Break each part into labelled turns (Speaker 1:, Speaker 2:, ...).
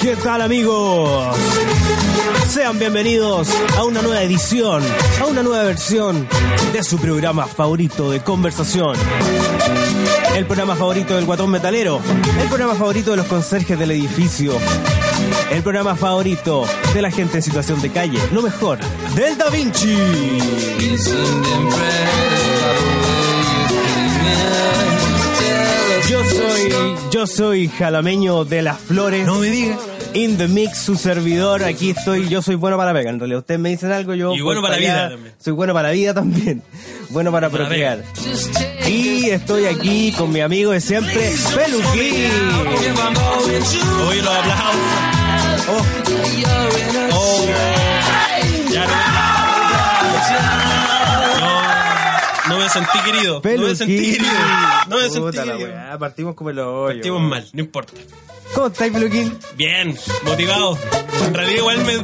Speaker 1: ¿Qué tal amigos? Sean bienvenidos a una nueva edición, a una nueva versión de su programa favorito de conversación. El programa favorito del guatón metalero, el programa favorito de los conserjes del edificio, el programa favorito de la gente en situación de calle, lo mejor, del Da Vinci. Yo soy, yo soy jalameño de las flores.
Speaker 2: No me diga.
Speaker 1: In the mix, su servidor, aquí estoy, yo soy bueno para la pega, en realidad. Ustedes me dicen algo, yo...
Speaker 2: Y bueno
Speaker 1: voy
Speaker 2: para la
Speaker 1: allá,
Speaker 2: vida también.
Speaker 1: Soy bueno para la vida también. Bueno para
Speaker 2: Para la pega.
Speaker 1: procrear. Y estoy aquí con mi amigo de siempre, Peluquín.
Speaker 2: Oye, los aplausos. Oh. Oh. Ya no. No, no me sentí querido. No me sentí querido. No me sentí
Speaker 1: Oh, Puta la
Speaker 2: querido.
Speaker 1: weá, Partimos como el hoyo.
Speaker 2: Partimos mal, no importa.
Speaker 1: ¿Cómo estáis, Peluquín?
Speaker 2: Bien, motivado. En realidad igual me,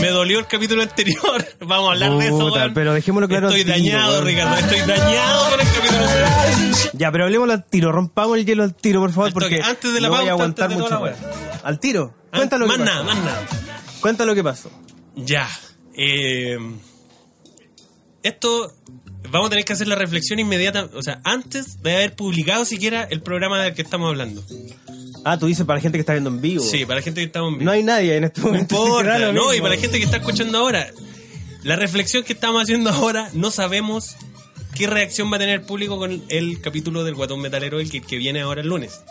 Speaker 2: me dolió el capítulo anterior. Vamos a hablar de eso,
Speaker 1: Puta,
Speaker 2: weón.
Speaker 1: pero dejémoslo claro
Speaker 2: Estoy
Speaker 1: al tiro,
Speaker 2: dañado,
Speaker 1: weón.
Speaker 2: Ricardo. Estoy dañado con el capítulo anterior.
Speaker 1: Ya, pero hablemos al tiro, rompamos el hielo al tiro, por favor,
Speaker 2: Al toque,
Speaker 1: porque
Speaker 2: antes de la
Speaker 1: no voy a
Speaker 2: pauta,
Speaker 1: aguantar
Speaker 2: antes de
Speaker 1: mucho
Speaker 2: toda la Ah,
Speaker 1: más. Al tiro, cuéntalo
Speaker 2: Más
Speaker 1: que
Speaker 2: nada,
Speaker 1: pasó.
Speaker 2: más nada.
Speaker 1: Cuéntalo que pasó.
Speaker 2: Ya. eh, esto vamos a tener que hacer la reflexión inmediata, o sea, antes de haber publicado siquiera el programa del que estamos hablando.
Speaker 1: Ah, tú dices para la gente que está viendo en vivo.
Speaker 2: Sí, para la gente que está en vivo.
Speaker 1: No hay nadie en este
Speaker 2: No
Speaker 1: momento.
Speaker 2: importa,
Speaker 1: Da lo
Speaker 2: no, y
Speaker 1: mismo.
Speaker 2: para la gente que está escuchando ahora, la reflexión que estamos haciendo ahora, no sabemos qué reacción va a tener el público con el capítulo del Guatón Metalero, el que, que viene ahora el lunes.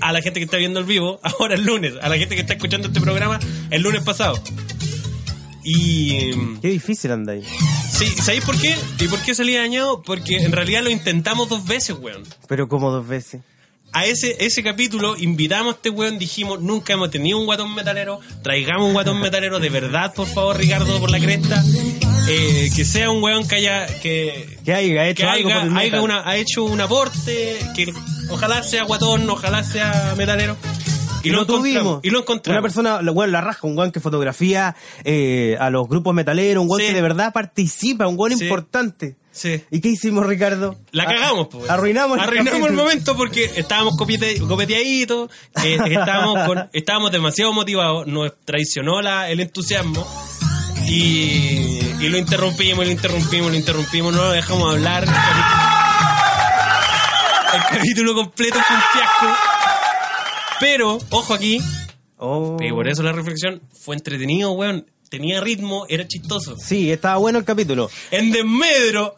Speaker 2: A la gente que está viendo el vivo, ahora el lunes. A la gente que está escuchando este programa, el lunes pasado. Y. mm,
Speaker 1: Qué difícil anda ahí.
Speaker 2: Sí, ¿sabéis por qué? ¿Y por qué salí dañado? Porque en realidad lo intentamos dos veces, weón
Speaker 1: Pero como dos veces.
Speaker 2: a ese, ese capítulo invitamos a este weón, dijimos, nunca hemos tenido un guatón metalero, traigamos un guatón metalero de verdad, por favor, Ricardo, por la cresta, Eh, que sea un weón que haya, que,
Speaker 1: Que haya hecho
Speaker 2: que
Speaker 1: algo
Speaker 2: haya-
Speaker 1: por el
Speaker 2: haya
Speaker 1: metal.
Speaker 2: una- ha hecho un aporte, que ojalá sea guatón, ojalá sea metalero. Y, lo, encontramos,
Speaker 1: tuvimos.
Speaker 2: Y lo encontramos.
Speaker 1: Una persona, la- bueno, la raja, un guan que fotografía eh, a los grupos metaleros, un guan
Speaker 2: Sí.
Speaker 1: que de verdad participa, un guan
Speaker 2: Sí.
Speaker 1: importante.
Speaker 2: Sí.
Speaker 1: ¿Y qué hicimos, Ricardo?
Speaker 2: La
Speaker 1: Ah,
Speaker 2: cagamos, pues.
Speaker 1: Arruinamos el
Speaker 2: Arruinamos el
Speaker 1: capítulo.
Speaker 2: momento porque estábamos copete- copeteaditos, eh, estábamos, con- estábamos demasiado motivados, nos traicionó la- el entusiasmo y, y lo interrumpimos, lo interrumpimos, lo interrumpimos, no lo dejamos hablar. El capítulo, el capítulo completo fue un fiasco. Pero, ojo aquí,
Speaker 1: Oh.
Speaker 2: y por eso la reflexión fue entretenido, weón. Tenía ritmo, era chistoso.
Speaker 1: Sí, estaba bueno el capítulo.
Speaker 2: En desmedro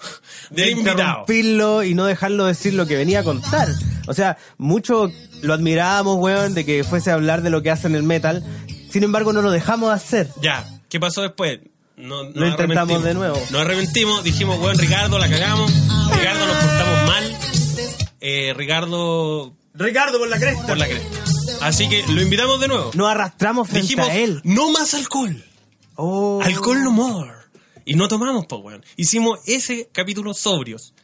Speaker 2: del invitado.
Speaker 1: interrumpirlo y no dejarlo decir lo que venía a contar. O sea, mucho lo admirábamos, weón, de que fuese a hablar de lo que hace en el metal. Sin embargo, no lo dejamos hacer.
Speaker 2: Ya, ¿qué pasó después? No, no
Speaker 1: Lo intentamos
Speaker 2: arrepentimos.
Speaker 1: de nuevo.
Speaker 2: Nos arrepentimos, dijimos, weón, Ricardo, la cagamos. Ricardo, nos portamos mal. Eh, Ricardo,
Speaker 1: Ricardo, por la cresta.
Speaker 2: por la cresta. Así que lo invitamos de nuevo.
Speaker 1: Nos arrastramos frente
Speaker 2: dijimos,
Speaker 1: a él.
Speaker 2: no más alcohol.
Speaker 1: Oh.
Speaker 2: Alcohol no more. Y no tomamos, pues, weón. Hicimos ese capítulo sobrios.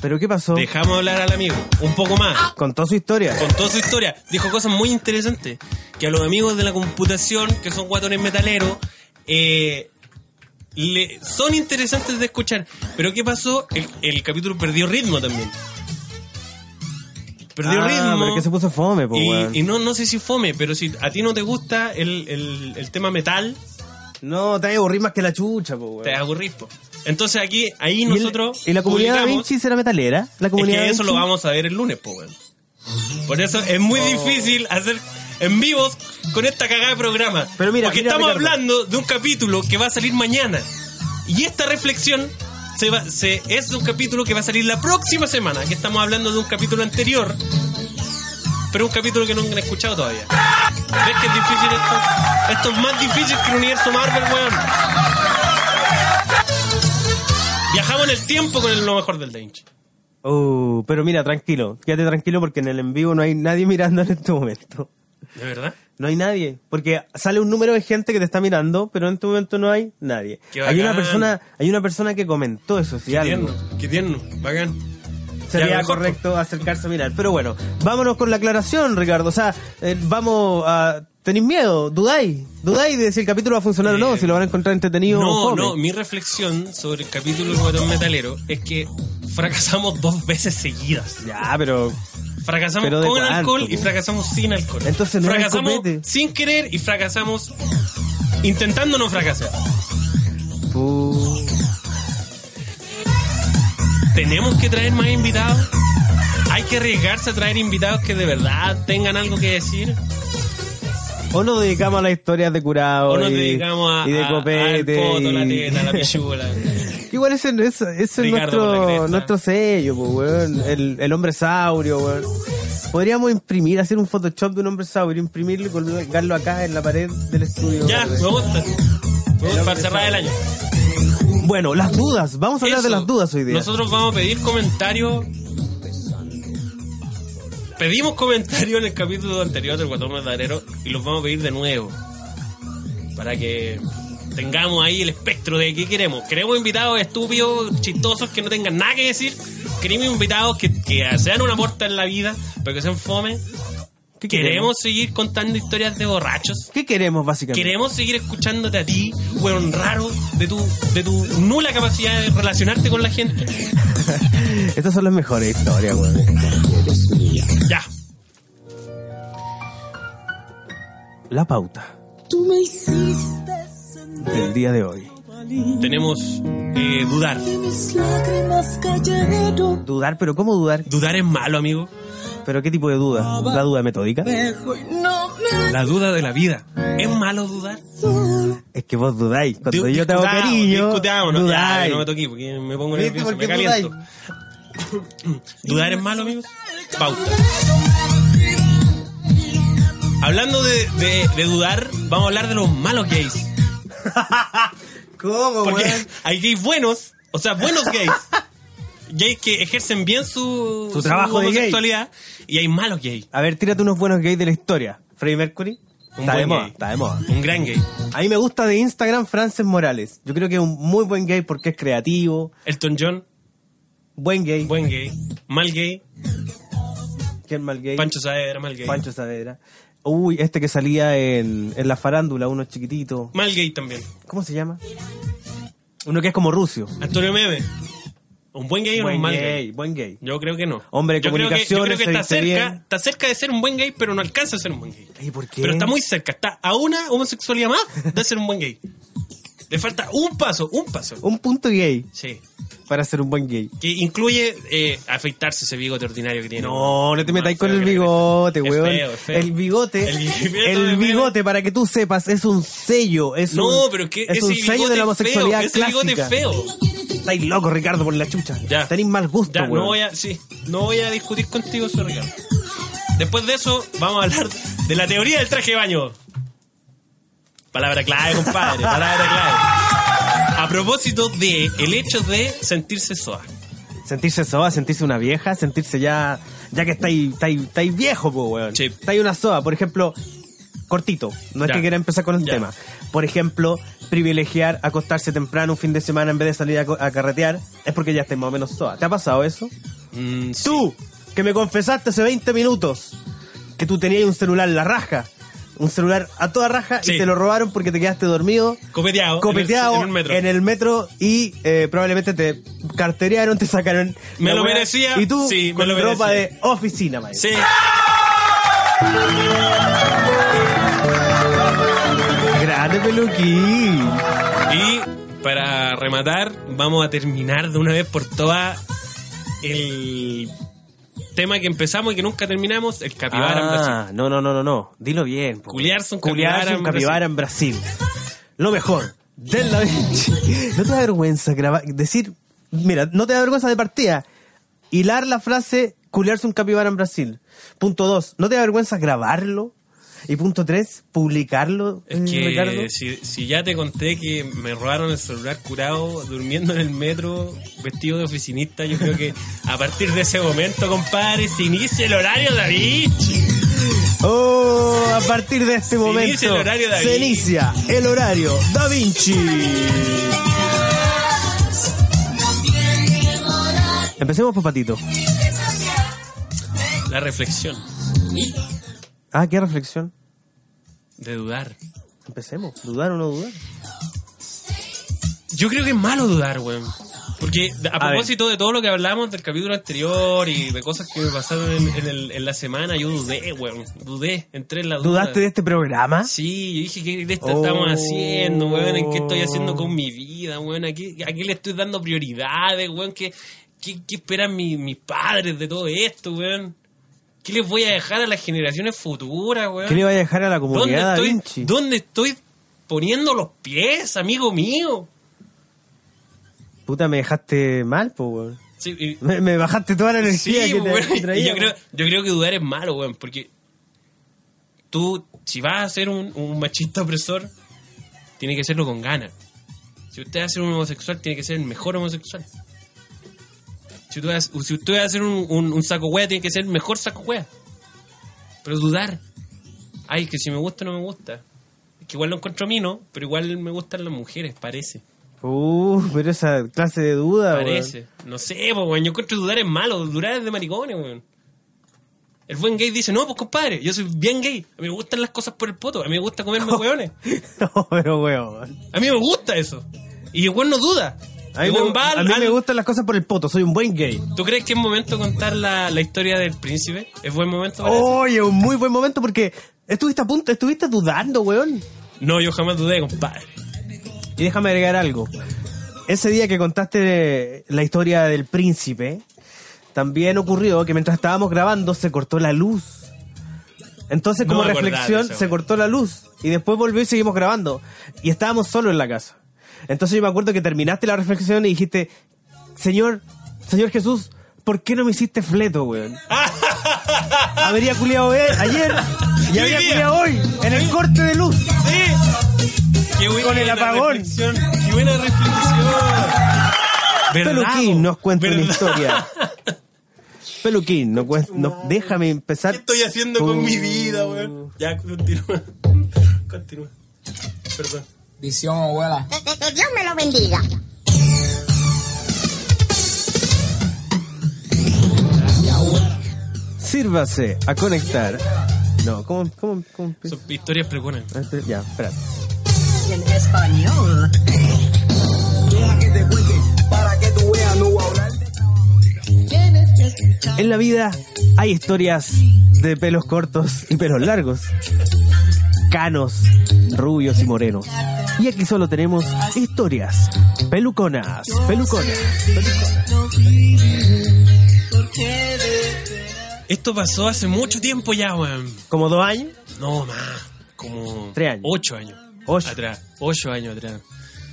Speaker 1: Pero ¿qué pasó?
Speaker 2: Dejamos hablar al amigo un poco más.
Speaker 1: Contó su historia.
Speaker 2: contó su historia. Dijo cosas muy interesantes. Que a los amigos de la computación, que son guatones metaleros, eh, le- son interesantes de escuchar. Pero ¿qué pasó? El, el capítulo perdió ritmo también. Perdió
Speaker 1: Ah,
Speaker 2: ritmo.
Speaker 1: Pero que se puso fome, po, weón.
Speaker 2: y, y no, no sé si fome, pero si a ti no te gusta el, el- el tema metal,
Speaker 1: No, te aburrí más que la chucha, po, weón.
Speaker 2: te aburrís. po. Entonces aquí,
Speaker 1: Y
Speaker 2: ahí
Speaker 1: el-
Speaker 2: nosotros...
Speaker 1: ¿Y la comunidad de
Speaker 2: publicamos-
Speaker 1: Vinci será metalera? La comunidad
Speaker 2: es que
Speaker 1: Da
Speaker 2: eso lo
Speaker 1: Vinci?
Speaker 2: vamos a ver el lunes, po, weón. Por eso es muy
Speaker 1: Oh.
Speaker 2: difícil hacer en vivos con esta cagada de programa.
Speaker 1: Pero mira,
Speaker 2: Porque
Speaker 1: mira,
Speaker 2: estamos
Speaker 1: Ricardo.
Speaker 2: hablando de un capítulo que va a salir mañana. Y esta reflexión se va- se- es de un capítulo que va a salir la próxima semana. Que estamos hablando de un capítulo anterior. Pero un capítulo que no han escuchado todavía. ¿Ves que es difícil esto? Esto es más difícil que el universo Marvel, weón. Viajamos en el tiempo con el lo mejor del Dainch.
Speaker 1: Oh, pero mira, tranquilo. Quédate tranquilo porque en el en vivo no hay nadie mirando en este momento.
Speaker 2: ¿De verdad?
Speaker 1: No hay nadie, porque sale un número de gente que te está mirando, pero en este momento no hay nadie.
Speaker 2: Qué
Speaker 1: Hay una
Speaker 2: bacán.
Speaker 1: persona, hay una persona que comentó eso, sí, algo.
Speaker 2: Tierno, qué tierno, bacán.
Speaker 1: Sería
Speaker 2: mejor,
Speaker 1: correcto acercarse a mirar. Pero bueno, vámonos con la aclaración, Ricardo. O sea, eh, vamos a... ¿Tenéis miedo? ¿Dudáis? ¿Dudáis de si el capítulo va a funcionar o no?
Speaker 2: Eh,
Speaker 1: Si lo van a encontrar entretenido o
Speaker 2: No,
Speaker 1: fome.
Speaker 2: no, mi reflexión sobre el capítulo de Guatón Metalero es que fracasamos dos veces seguidas.
Speaker 1: Ya, pero...
Speaker 2: Fracasamos
Speaker 1: Pero de
Speaker 2: con
Speaker 1: cuánto,
Speaker 2: alcohol y
Speaker 1: po.
Speaker 2: fracasamos sin alcohol.
Speaker 1: Entonces no era
Speaker 2: fracasamos
Speaker 1: copete.
Speaker 2: sin querer y fracasamos intentando no fracasar.
Speaker 1: Pu-
Speaker 2: Tenemos que traer más invitados. Hay que arriesgarse a traer invitados que de verdad tengan algo que decir.
Speaker 1: O nos dedicamos a las historias de curado.
Speaker 2: O nos
Speaker 1: y-
Speaker 2: dedicamos a,
Speaker 1: Y de
Speaker 2: a-
Speaker 1: copete.
Speaker 2: al poto, la
Speaker 1: y-
Speaker 2: teta, la pichula.
Speaker 1: Igual ese, ese- ese es
Speaker 2: Ricardo por la cresta.
Speaker 1: nuestro, nuestro sello, po, weón. El, el hombre saurio, weón. Podríamos imprimir, hacer un Photoshop de un hombre saurio, imprimirlo y colgarlo acá en la pared del estudio.
Speaker 2: ya, me
Speaker 1: weón.
Speaker 2: gusta. Me gusta, Para cerrar el año.
Speaker 1: Bueno, las dudas. Vamos a hablar de
Speaker 2: Eso.
Speaker 1: las dudas hoy día.
Speaker 2: Nosotros vamos a pedir comentarios. Pedimos comentarios en el capítulo anterior del Guatón Metalero y los vamos a pedir de nuevo. Para que tengamos ahí el espectro de qué queremos. Queremos invitados estúpidos, chistosos, que no tengan nada que decir. Queremos invitados que, que sean una aporta en la vida, pero que sean fome.
Speaker 1: ¿Qué
Speaker 2: Queremos seguir contando historias de borrachos.
Speaker 1: ¿Qué queremos, básicamente?
Speaker 2: Queremos seguir escuchándote a ti, weón raro, de tu, de tu nula capacidad de relacionarte con la gente.
Speaker 1: Estas son las mejores historias, weón.
Speaker 2: Ya.
Speaker 1: La pauta
Speaker 3: Tú me hiciste sentir
Speaker 1: del día de hoy.
Speaker 2: Tenemos eh, dudar.
Speaker 3: que mis lágrimas cayeron
Speaker 1: Dudar, pero ¿cómo dudar?
Speaker 2: Dudar es malo, amigo.
Speaker 1: ¿Pero qué tipo de
Speaker 2: Ah,
Speaker 1: duda? ¿La duda metódica?
Speaker 3: lejos y no me
Speaker 2: La duda de la vida. ¿Es malo dudar?
Speaker 3: solo.
Speaker 1: Es que vos dudáis. Cuando
Speaker 2: Di-
Speaker 1: yo te hago
Speaker 2: discutamos,
Speaker 1: cariño,
Speaker 2: discutamos, no, Ya,
Speaker 1: dudáis.
Speaker 2: no me toqué porque me pongo
Speaker 1: ¿Viste
Speaker 2: nervioso,
Speaker 1: por
Speaker 2: me
Speaker 1: qué
Speaker 2: caliento. ¿Dudar es malo, amigos? Pauta. Hablando de, de- de dudar, vamos a hablar de los malos gays.
Speaker 1: ¿Cómo,
Speaker 2: Porque
Speaker 1: weón?
Speaker 2: hay gays buenos, o sea, buenos gays. gays que ejercen bien su,
Speaker 1: Su trabajo de gay.
Speaker 2: homosexualidad. Y hay malos gays.
Speaker 1: A ver, tírate unos buenos gays de la historia. Freddie Mercury.
Speaker 2: Un
Speaker 1: está de
Speaker 2: buen
Speaker 1: moda,
Speaker 2: gay.
Speaker 1: está de moda.
Speaker 2: Un gran gay.
Speaker 1: A mí me gusta de Instagram Frances Morales. Yo creo que es un muy buen gay porque es creativo,
Speaker 2: Elton John,
Speaker 1: buen gay.
Speaker 2: buen gay. Mal gay.
Speaker 1: ¿Quién mal gay?
Speaker 2: Pancho Saavedra, mal gay.
Speaker 1: Pancho Saavedra. Uy, este que salía en, en la farándula, uno chiquitito.
Speaker 2: Mal gay también.
Speaker 1: ¿Cómo se llama? Uno que es como rucio.
Speaker 2: Antonio Meme. ¿Un buen gay o
Speaker 1: Buen
Speaker 2: un mal
Speaker 1: gay,
Speaker 2: gay?
Speaker 1: buen gay.
Speaker 2: Yo creo que no.
Speaker 1: Hombre de
Speaker 2: yo creo que, yo creo
Speaker 1: comunicaciones,
Speaker 2: que
Speaker 1: se
Speaker 2: está,
Speaker 1: viste
Speaker 2: cerca,
Speaker 1: bien.
Speaker 2: está cerca de ser un buen gay, pero no alcanza a ser un buen gay.
Speaker 1: ¿Y por qué?
Speaker 2: Pero está muy cerca, está a una homosexualidad más de ser un buen gay. Le falta un paso, un paso.
Speaker 1: Un punto gay
Speaker 2: Sí.
Speaker 1: para ser un buen gay.
Speaker 2: Que incluye eh, afeitarse ese bigote ordinario que tiene.
Speaker 1: No, no te metáis
Speaker 2: es
Speaker 1: con
Speaker 2: feo
Speaker 1: el
Speaker 2: que le-
Speaker 1: bigote,
Speaker 2: Es
Speaker 1: weón.
Speaker 2: feo, es feo.
Speaker 1: El bigote,
Speaker 2: El
Speaker 1: el,
Speaker 2: bigote de
Speaker 1: bigote, para que tú sepas, es un sello, es
Speaker 2: No,
Speaker 1: un,
Speaker 2: pero es que
Speaker 1: es
Speaker 2: ese
Speaker 1: un
Speaker 2: bigote
Speaker 1: sello de la
Speaker 2: es
Speaker 1: homosexualidad
Speaker 2: feo, Ese bigote
Speaker 1: clásica.
Speaker 2: es feo.
Speaker 1: Estáis locos, Ricardo, por la chucha.
Speaker 2: Ya.
Speaker 1: Tenéis mal gusto,
Speaker 2: Ya,
Speaker 1: weón.
Speaker 2: no voy a, sí, no voy a discutir contigo eso, Ricardo. Después de eso, vamos a hablar de la teoría del traje de baño. Palabra clave, compadre, palabra clave. A propósito de el hecho de sentirse soa.
Speaker 1: Sentirse soa, sentirse una vieja, sentirse ya. Ya que estáis, estáis, estáis viejo, po, weón.
Speaker 2: Sí.
Speaker 1: Estáis una soa, por ejemplo. Cortito, no
Speaker 2: Ya.
Speaker 1: es que quiera empezar con el
Speaker 2: Ya.
Speaker 1: tema. Por ejemplo, privilegiar acostarse temprano un fin de semana en vez de salir a, co- a carretear es porque ya estáis más o menos soa. ¿Te ha pasado eso?
Speaker 2: Mm, sí.
Speaker 1: Tú, que me confesaste hace 20 minutos que tú tenías un celular en la raja. Un celular a toda raja
Speaker 2: Sí.
Speaker 1: y te lo robaron porque te quedaste dormido,
Speaker 2: Copeteado.
Speaker 1: copeteado
Speaker 2: En el, en el metro.
Speaker 1: metro y eh, probablemente te carterearon, te sacaron.
Speaker 2: Me
Speaker 1: la
Speaker 2: lo
Speaker 1: weá.
Speaker 2: merecía,
Speaker 1: Y tú,
Speaker 2: sí, me
Speaker 1: con
Speaker 2: lo
Speaker 1: ropa
Speaker 2: merecía.
Speaker 1: de oficina, maestro.
Speaker 2: Sí.
Speaker 1: Grande peluquín.
Speaker 2: Y para rematar, vamos a terminar de una vez por todas el tema que empezamos y que nunca terminamos, el capibara en Brasil.
Speaker 1: Ah, no, no, no, no, no. Dilo bien. po.
Speaker 2: Culiarse un
Speaker 1: Culiarse
Speaker 2: capibara
Speaker 1: un
Speaker 2: en
Speaker 1: capibara en Brasil. Lo mejor. De la Vinci. No te da vergüenza grabar, decir, mira, no te da vergüenza de partida. Hilar la frase culiarse un capibara en Brasil. Punto dos, no te da vergüenza grabarlo. Y punto tres, publicarlo.
Speaker 2: Es
Speaker 1: eh, Ricardo.
Speaker 2: que si, si ya te conté que me robaron el celular curado durmiendo en el metro vestido de oficinista, yo creo que a partir de ese momento, compadre, se inicia el horario David.
Speaker 1: Oh, a partir de este momento
Speaker 2: inicia el horario Da
Speaker 1: se
Speaker 2: Vinci.
Speaker 1: inicia el horario Da Vinci. Empecemos por Patito.
Speaker 2: La reflexión
Speaker 1: Ah, qué reflexión.
Speaker 2: de dudar.
Speaker 1: Empecemos. ¿Dudar o no dudar?
Speaker 2: Yo creo que es malo dudar, weón. Porque a,
Speaker 1: A
Speaker 2: propósito de todo lo que hablamos del capítulo anterior y de cosas que me pasaron en, en el- en la semana, yo dudé, weón. Dudé, entré en la duda.
Speaker 1: ¿Dudaste de este programa?
Speaker 2: Sí, yo dije, ¿qué le
Speaker 1: Oh.
Speaker 2: estamos haciendo, weón? ¿En qué estoy haciendo con mi vida, weón? ¿A qué, a qué le estoy dando prioridades, weón? ¿Qué, qué, qué esperan mi- mis padres de todo esto, weón? ¿Qué les voy a dejar a las generaciones futuras, weón?
Speaker 1: ¿Qué le iba a dejar a la
Speaker 2: ¿Dónde
Speaker 1: comunidad Da
Speaker 2: estoy,
Speaker 1: Vinci?
Speaker 2: ¿Dónde estoy poniendo los pies, amigo mío?
Speaker 1: Puta, me dejaste mal, po, weón.
Speaker 2: Sí, y-
Speaker 1: Me, me bajaste toda la
Speaker 2: Sí,
Speaker 1: energía que te-
Speaker 2: weón,
Speaker 1: que
Speaker 2: y
Speaker 1: traía.
Speaker 2: yo, creo, yo creo que dudar es malo, weón, porque tú, si vas a ser un, un machista opresor, tiene que serlo con ganas. Si usted va a ser un homosexual, tiene que ser el mejor homosexual. Si usted va a, si usted va a ser un, un- un saco wea, tiene que ser el mejor saco wea. Pero dudar. Ay, que si me gusta o no me gusta. Es que igual lo encuentro a mí, ¿no? Pero igual me gustan las mujeres, parece.
Speaker 1: Uh, pero esa clase de duda, weón.
Speaker 2: Parece. No sé, po, weón. Yo encuentro que dudar es malo. Dudar es de maricones, weón. El buen gay dice, no, pues compadre, yo soy bien gay. A mí me gustan las cosas por el poto. A mí me gusta comerme hueones.
Speaker 1: no, pero weón.
Speaker 2: A mí me gusta eso. Y el weón no duda.
Speaker 1: A mí,
Speaker 2: El
Speaker 1: me,
Speaker 2: weón va al-
Speaker 1: a mí
Speaker 2: al-
Speaker 1: me gustan las cosas por el poto, soy un buen gay.
Speaker 2: ¿Tú crees que es momento de contar la, la historia del príncipe? ¿Es buen momento para eso?
Speaker 1: Oye, un muy buen momento porque estuviste a punto, estuviste dudando, weón.
Speaker 2: No, yo jamás dudé, compadre.
Speaker 1: Y déjame agregar algo. Ese día que contaste la historia del príncipe, también ocurrió que mientras estábamos grabando se cortó la luz. Entonces,
Speaker 2: No
Speaker 1: como
Speaker 2: me acordaba de
Speaker 1: reflexión,
Speaker 2: esa
Speaker 1: se
Speaker 2: wea.
Speaker 1: cortó la luz. Y después volvió y seguimos grabando. Y estábamos solos en la casa. Entonces yo me acuerdo que terminaste la reflexión y dijiste, Señor, Señor Jesús, ¿por qué no me hiciste fleto, weón? habría culiado e- ayer y
Speaker 2: Y hoy
Speaker 1: habría
Speaker 2: día.
Speaker 1: culiado hoy, en el corte de luz.
Speaker 2: ¡Sí! ¡Qué buena
Speaker 1: Con el apagón.
Speaker 2: reflexión! ¡Qué buena reflexión! ¿Verdad,
Speaker 1: Peluquín
Speaker 2: po?
Speaker 1: nos cuenta una
Speaker 2: ¿Verdad?
Speaker 1: historia. Peluquín, no cuen- no- déjame empezar.
Speaker 2: ¿Qué estoy haciendo
Speaker 1: Uh.
Speaker 2: con mi vida, weón? Ya, continúa. Continúa. Perdón.
Speaker 4: Visión, abuela.
Speaker 5: Que- que- que Dios me lo bendiga.
Speaker 1: Sírvase a conectar. No, ¿cómo, cómo, cómo empiezo?
Speaker 2: Son historias preconas.
Speaker 1: Ya, espera.
Speaker 5: En español.
Speaker 6: Deja que te cuente para que tú veas, no voy a hablar de
Speaker 1: En la vida hay historias de pelos cortos y pelos largos. Canos, rubios y morenos. Y aquí solo tenemos historias peluconas, peluconas.
Speaker 2: Esto pasó hace mucho tiempo ya, weón.
Speaker 1: Como dos años.
Speaker 2: No, más. Como.
Speaker 1: Tres años.
Speaker 2: Ocho años.
Speaker 1: Ocho.
Speaker 2: Atrás. Ocho años atrás.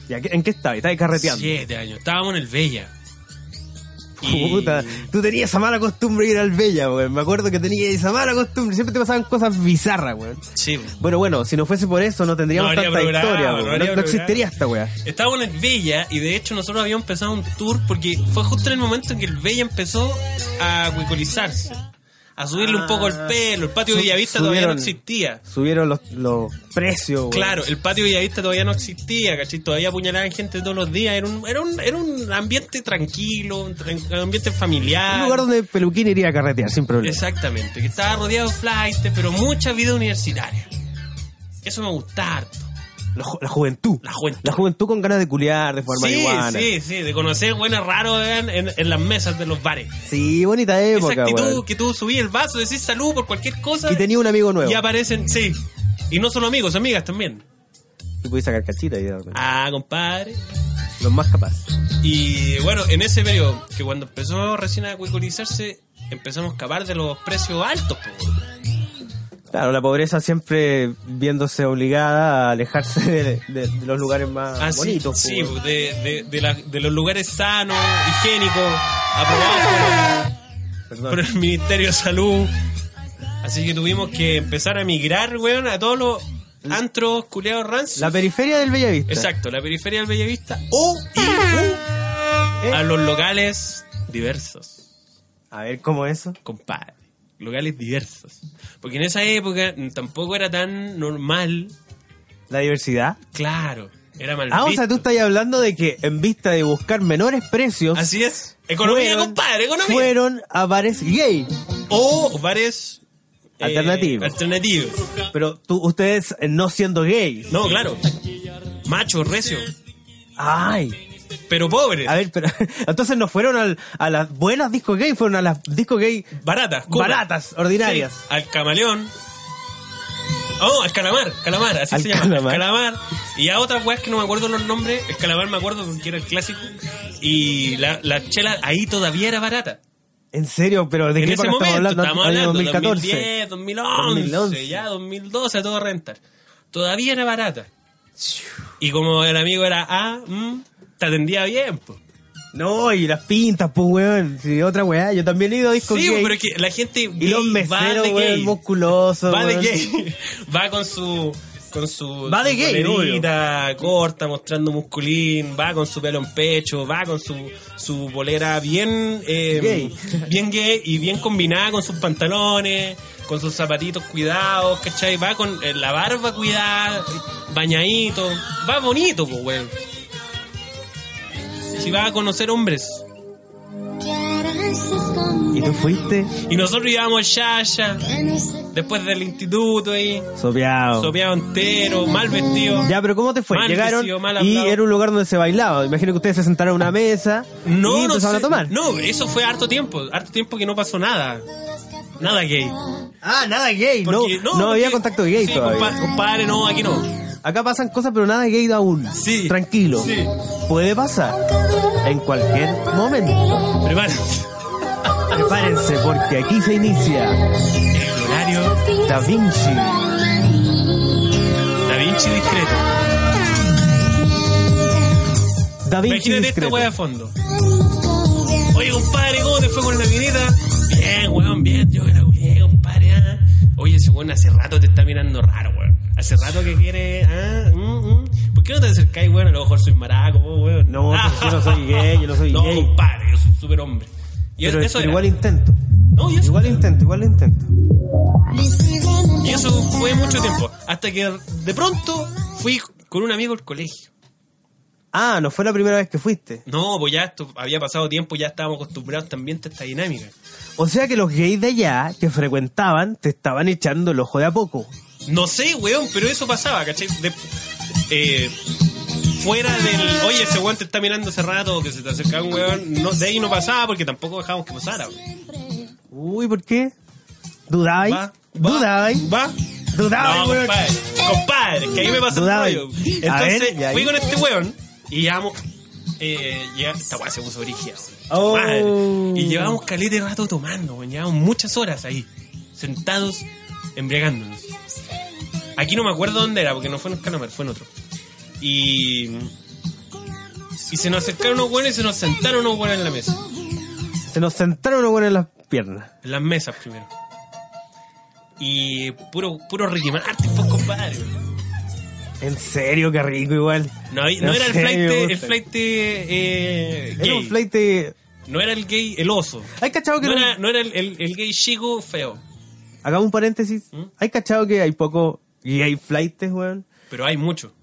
Speaker 1: ¿Y a qué- ¿En qué estaba? Estaba carreteando.
Speaker 2: Siete años. Estábamos en el Bella. Y-
Speaker 1: Puta, tú tenías esa mala costumbre de ir al Bella, weón. Me acuerdo que tenías esa mala costumbre. Siempre te pasaban cosas bizarras, weón.
Speaker 2: Sí, weón.
Speaker 1: Bueno, bueno, si no fuese por eso, no tendríamos
Speaker 2: No habría
Speaker 1: tanta
Speaker 2: programa,
Speaker 1: historia,
Speaker 2: no
Speaker 1: weón. No,
Speaker 2: habría
Speaker 1: no
Speaker 2: programa.
Speaker 1: existiría esta weá.
Speaker 2: Estábamos en el Bella y de hecho nosotros habíamos empezado un tour porque fue justo en el momento en que el Bella empezó a huicolizarse, a subirle un poco el pelo. El patio
Speaker 1: Su-
Speaker 2: de Villavista todavía no
Speaker 1: subieron-
Speaker 2: existía.
Speaker 1: Subieron los, los precios, weón.
Speaker 2: Claro, el patio Villavista todavía no existía, ¿cachai? Todavía apuñalaban gente todos los días. Era un, era un, era un ambiente tranquilo, un tran- ambiente familiar.
Speaker 1: Un lugar donde Peluquín iría a carretear sin problema.
Speaker 2: Exactamente, que estaba rodeado de flights, pero mucha vida universitaria. Eso me gusta harto.
Speaker 1: La, ju- la juventud.
Speaker 2: La juventud.
Speaker 1: La juventud con ganas de culiar, de formar
Speaker 2: Sí,
Speaker 1: marihuana.
Speaker 2: sí, sí, de conocer buenas raros en, en- en las mesas de los bares.
Speaker 1: Sí, bonita
Speaker 2: Esa
Speaker 1: época,
Speaker 2: actitud
Speaker 1: weón.
Speaker 2: que tú subís el vaso, decís salud por cualquier cosa.
Speaker 1: Y tenía un amigo nuevo.
Speaker 2: y aparecen, sí. Y no solo amigos, amigas también.
Speaker 1: Y pude sacar cachita y de repente.
Speaker 2: Ah, compadre.
Speaker 1: Los más capaces.
Speaker 2: Y bueno, en ese periodo, que cuando empezó recién a acuiculizarse, empezamos a escapar de los precios altos. po.
Speaker 1: Claro, la pobreza siempre viéndose obligada a alejarse de, de- de los lugares más
Speaker 2: Ah, sí,
Speaker 1: bonitos.
Speaker 2: sí,
Speaker 1: pues.
Speaker 2: de, de- de la- de los lugares sanos, higiénicos, aprobados por- por,
Speaker 1: Perdón.
Speaker 2: el Ministerio de Salud. Así que tuvimos que empezar a migrar, weón, a todos los antros culeados rancios.
Speaker 1: La periferia del Bellavista.
Speaker 2: Exacto, la periferia del Bellavista o y, u, a los locales diversos,
Speaker 1: A ver, ¿cómo eso?
Speaker 2: compadre. Locales diversos. Porque en esa época mm, tampoco era tan normal,
Speaker 1: La diversidad.
Speaker 2: claro, era mal
Speaker 1: Ah, o sea,
Speaker 2: visto.
Speaker 1: tú estás hablando de que en vista de buscar menores precios...
Speaker 2: Así es. Economía,
Speaker 1: fueron-
Speaker 2: compadre, economía.
Speaker 1: Fueron a bares gay.
Speaker 2: o bares eh,
Speaker 1: Alternativos.
Speaker 2: alternativos.
Speaker 1: Pero tú, ustedes eh, no siendo gays.
Speaker 2: No, claro. Machos, recios,
Speaker 1: Ay.
Speaker 2: pero pobres.
Speaker 1: A ver, pero entonces no fueron al- a las buenas discos gay, fueron a las discos gay
Speaker 2: baratas, colas.
Speaker 1: baratas, ordinarias.
Speaker 2: Sí, al camaleón. Oh, al calamar, calamar, así
Speaker 1: Al
Speaker 2: se llama.
Speaker 1: calamar.
Speaker 2: Al calamar. Y a otras weas que no me acuerdo los nombres. El calamar me acuerdo porque era el clásico. Y la, la chela ahí todavía era barata.
Speaker 1: En serio, pero ¿de
Speaker 2: en
Speaker 1: qué
Speaker 2: ese
Speaker 1: época
Speaker 2: momento,
Speaker 1: estamos hablando?
Speaker 2: estábamos
Speaker 1: Año
Speaker 2: hablando
Speaker 1: 2014.
Speaker 2: 2010, 2011,
Speaker 1: 2011.
Speaker 2: ya 2012, a todo rentar. Todavía era barata. Y como el amigo era A, mm, te atendía bien, pues.
Speaker 1: No, y las pintas, pues, weón. Sí, otra weá. Yo también he ido a discos
Speaker 2: Sí,
Speaker 1: gay.
Speaker 2: pero es que la gente
Speaker 1: Y los
Speaker 2: gay va
Speaker 1: meseros,
Speaker 2: de
Speaker 1: weón,
Speaker 2: gay.
Speaker 1: musculosos.
Speaker 2: va de
Speaker 1: weón.
Speaker 2: gay. Va con su. Con su.
Speaker 1: Va de
Speaker 2: su
Speaker 1: gay,
Speaker 2: bolerita corta, mostrando musculín. Va con su pelo en pecho. Va con su, su bolera bien. eh,
Speaker 1: Gay.
Speaker 2: Bien gay y bien combinada con sus pantalones. Con sus zapatitos cuidados, ¿cachai? Va con eh, la barba cuidada, bañadito. Va bonito, pues, weón. Si va a conocer hombres.
Speaker 1: ¿Y tú fuiste?
Speaker 2: Y nosotros llevamos Yaya, después del instituto ahí.
Speaker 1: Sopeado.
Speaker 2: sopeado entero, mal vestido.
Speaker 1: Ya, pero ¿cómo te fue?
Speaker 2: Mal
Speaker 1: Llegaron
Speaker 2: vestido, mal
Speaker 1: y
Speaker 2: hablado.
Speaker 1: era un lugar donde se bailaba. Imagino que ustedes se sentaron a una mesa y
Speaker 2: no, no,
Speaker 1: empezaron
Speaker 2: sé.
Speaker 1: a tomar.
Speaker 2: no, eso fue harto tiempo, harto tiempo que no pasó nada. Nada gay.
Speaker 1: Ah, nada gay.
Speaker 2: Porque-
Speaker 1: no, no, había
Speaker 2: porque-
Speaker 1: contacto gay
Speaker 2: sí,
Speaker 1: todavía.
Speaker 2: compa- compadre, no, aquí no.
Speaker 1: Acá pasan cosas, pero nada gay aún.
Speaker 2: Sí.
Speaker 1: Tranquilo.
Speaker 2: Sí.
Speaker 1: Puede pasar en cualquier momento.
Speaker 2: Prepárense.
Speaker 1: Prepárense porque aquí se inicia
Speaker 2: El horario
Speaker 1: Da Vinci.
Speaker 2: Da Vinci discreto.
Speaker 1: Da Vinci
Speaker 2: Imagínate esta
Speaker 1: discreto.
Speaker 2: weá de fondo. Oye, compadre, ¿cómo te fue con la minita? Bien, weón, bien. Yo me la culié, compadre. ah. Oye, ese weón hace rato te está mirando raro, weón. Hace rato que quiere. Ah, mm, mm. ¿Por qué no te acercáis, weón? A lo mejor soy maraco, vos, weón.
Speaker 1: No, pero yo no soy gay, yo no soy
Speaker 2: no,
Speaker 1: gay.
Speaker 2: compadre, yo soy súper hombre. Y
Speaker 1: Pero, pero
Speaker 2: eso era.
Speaker 1: igual intento.
Speaker 2: No, y eso,
Speaker 1: Igual intento, igual intento.
Speaker 2: y eso fue mucho tiempo. Hasta que de pronto fui con un amigo al colegio.
Speaker 1: Ah, no fue la primera vez que fuiste.
Speaker 2: No, pues ya esto había pasado tiempo, ya estábamos acostumbrados también a esta dinámica.
Speaker 1: O sea que los gays de allá que frecuentaban te estaban echando el ojo de a poco.
Speaker 2: No sé, weón, pero eso pasaba, ¿cachai? De- eh, fuera del. Oye, ese weón te está mirando hace rato, que se te acercaba un weón. No, de ahí no pasaba porque tampoco dejamos que pasara. weón.
Speaker 1: Uy, ¿por qué? ¿Dudabais?
Speaker 2: Va, va,
Speaker 1: ¿Dudabais?
Speaker 2: va.
Speaker 1: ¿Dudabais,
Speaker 2: No,
Speaker 1: weón?
Speaker 2: compadre, compadre, que ahí me pasó
Speaker 1: Dudaba.
Speaker 2: el rollo.
Speaker 1: A ver,
Speaker 2: Entonces,
Speaker 1: y ahí.
Speaker 2: fui con este weón y llevamos. Eh, ya- esta weá se puso brígida.
Speaker 1: Oh.
Speaker 2: weón. Madre. Y llevamos calete de rato tomando, weón. Llevamos muchas horas ahí, sentados, embriagándonos. Aquí no me acuerdo dónde era, porque no fue en Calamar, fue en otro. Y. Y se nos acercaron unos weones y se nos sentaron unos weones en la mesa.
Speaker 1: Se nos sentaron unos buenos en las piernas.
Speaker 2: En las mesas primero. Y puro, puro Ricky Martin, pues compadre.
Speaker 1: En serio, qué rico igual.
Speaker 2: No, y- no
Speaker 1: En
Speaker 2: era el
Speaker 1: serio,
Speaker 2: flight,
Speaker 1: me
Speaker 2: el
Speaker 1: gusta.
Speaker 2: flight eh,
Speaker 1: Era
Speaker 2: gay.
Speaker 1: un flight de...
Speaker 2: No era el gay, el oso.
Speaker 1: ¿Hay cachado que...
Speaker 2: No
Speaker 1: no-
Speaker 2: era, no era el, el- el gay chico feo.
Speaker 1: Hagamos un parénsis.
Speaker 2: ¿Mm?
Speaker 1: ¿Hay cachado que hay poco gay flightes, weón?
Speaker 2: Pero hay mucho.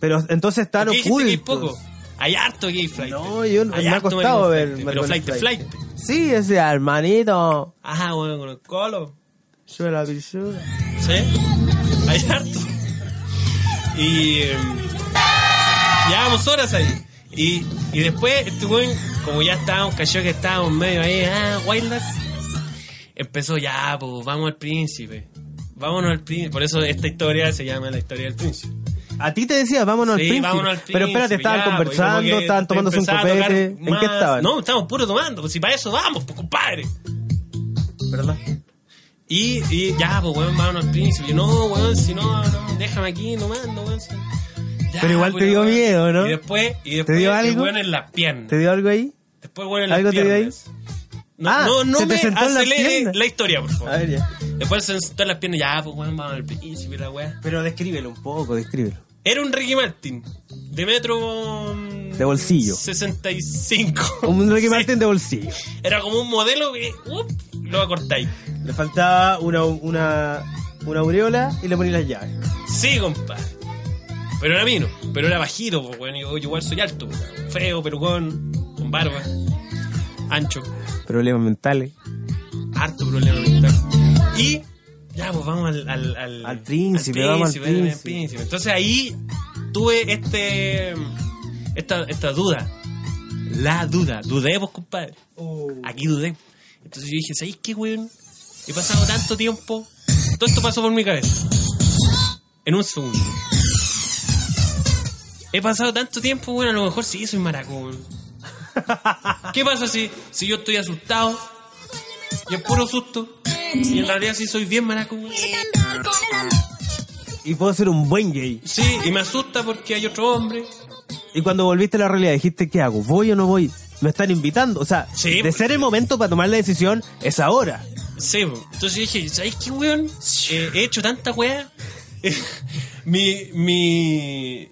Speaker 1: Pero entonces están
Speaker 2: ¿Por qué dijiste que hay
Speaker 1: ocultos.
Speaker 2: poco? Hay harto gay flight.
Speaker 1: No, yo
Speaker 2: Hay
Speaker 1: me ha
Speaker 2: harto
Speaker 1: costado
Speaker 2: maricón
Speaker 1: ver...
Speaker 2: flight, Pero flight,
Speaker 1: maricones
Speaker 2: flight.
Speaker 1: Sí, ese hermanito.
Speaker 2: Ajá, bueno, con el colo.
Speaker 1: Yo la pichura.
Speaker 2: ¿Sí? Hay harto. Y. eh, llevábamos horas ahí. Y, y después, este weón, como ya estábamos, cayó que estábamos medio ahí, ah, wireless. Empezó ya, pues, vamos al príncipe. Vámonos al príncipe. Por eso esta historia se llama la historia del príncipe.
Speaker 1: A ti te decía, vámonos al
Speaker 2: Sí,
Speaker 1: príncipe.
Speaker 2: vámonos al
Speaker 1: Pero espérate,
Speaker 2: príncipe,
Speaker 1: estaban
Speaker 2: ya, pues,
Speaker 1: conversando,
Speaker 2: como que
Speaker 1: estaban tomándose un
Speaker 2: empezaba a tocar
Speaker 1: copete. ¿En
Speaker 2: más.
Speaker 1: qué estaban?
Speaker 2: No, estábamos puro tomando, pues si para eso vamos, pues compadre.
Speaker 1: ¿Verdad?
Speaker 2: Y, y ya, pues weón, vámonos al príncipe. Yo, no, weón, si no, no, déjame aquí, no mando, weón. si- Ya,
Speaker 1: Pero igual te
Speaker 2: pura
Speaker 1: dio
Speaker 2: weón.
Speaker 1: miedo, ¿no?
Speaker 2: Y después, y después,
Speaker 1: dio
Speaker 2: el
Speaker 1: algo?
Speaker 2: weón en las piernas.
Speaker 1: ¿Te dio algo ahí?
Speaker 2: Después, weón, en las
Speaker 1: ¿Algo te dio ahí?
Speaker 2: piernas. No,
Speaker 1: Ah,
Speaker 2: no, no
Speaker 1: se te
Speaker 2: me
Speaker 1: sentó en las
Speaker 2: acelere
Speaker 1: piernas.
Speaker 2: la historia, por favor.
Speaker 1: A ver ya.
Speaker 2: Después se sentó en las piernas, ya, pues weón, vamos al príncipe, la weá.
Speaker 1: Pero descríbelo un poco, descríbelo.
Speaker 2: Era un Ricky Martin, de metro. mm,
Speaker 1: De bolsillo.
Speaker 2: 65.
Speaker 1: Un Ricky
Speaker 2: Sí.
Speaker 1: Martin de bolsillo.
Speaker 2: Era como un modelo que up, lo acortáis.
Speaker 1: Le faltaba una, una, una aureola y le ponía las llaves.
Speaker 2: Sí, compadre. Pero era mino, pero era bajito, pues, bueno, yo, yo igual soy alto, po. feo, pelucón, con barba, ancho.
Speaker 1: Problemas mentales.
Speaker 2: harto problema mental. Y ya, pues vamos al, al, al,
Speaker 1: Al príncipe, vamos al príncipe.
Speaker 2: Entonces ahí tuve este esta, esta duda. La duda. Dudé, pues, compadre.
Speaker 1: Oh.
Speaker 2: Aquí dudé. Entonces yo dije, ¿sabéis qué, weón? He pasado tanto tiempo. Todo esto pasó por mi cabeza. En un segundo. He pasado tanto tiempo, weón, a lo mejor sí soy maracón. ¿Qué pasa si, si yo estoy asustado? Y es puro susto. Y en realidad sí soy bien maracón. weón.
Speaker 1: Y puedo ser un buen gay.
Speaker 2: Sí, y me asusta porque hay otro hombre.
Speaker 1: Y cuando volviste a la realidad dijiste, ¿qué hago? ¿Voy o no voy? Me están invitando. O sea,
Speaker 2: Sí,
Speaker 1: de
Speaker 2: porque-
Speaker 1: ser el momento para tomar la decisión, es ahora.
Speaker 2: Sí, po. entonces yo dije, ¿sabes qué, weón? Eh, he hecho tanta weá. mi, mi.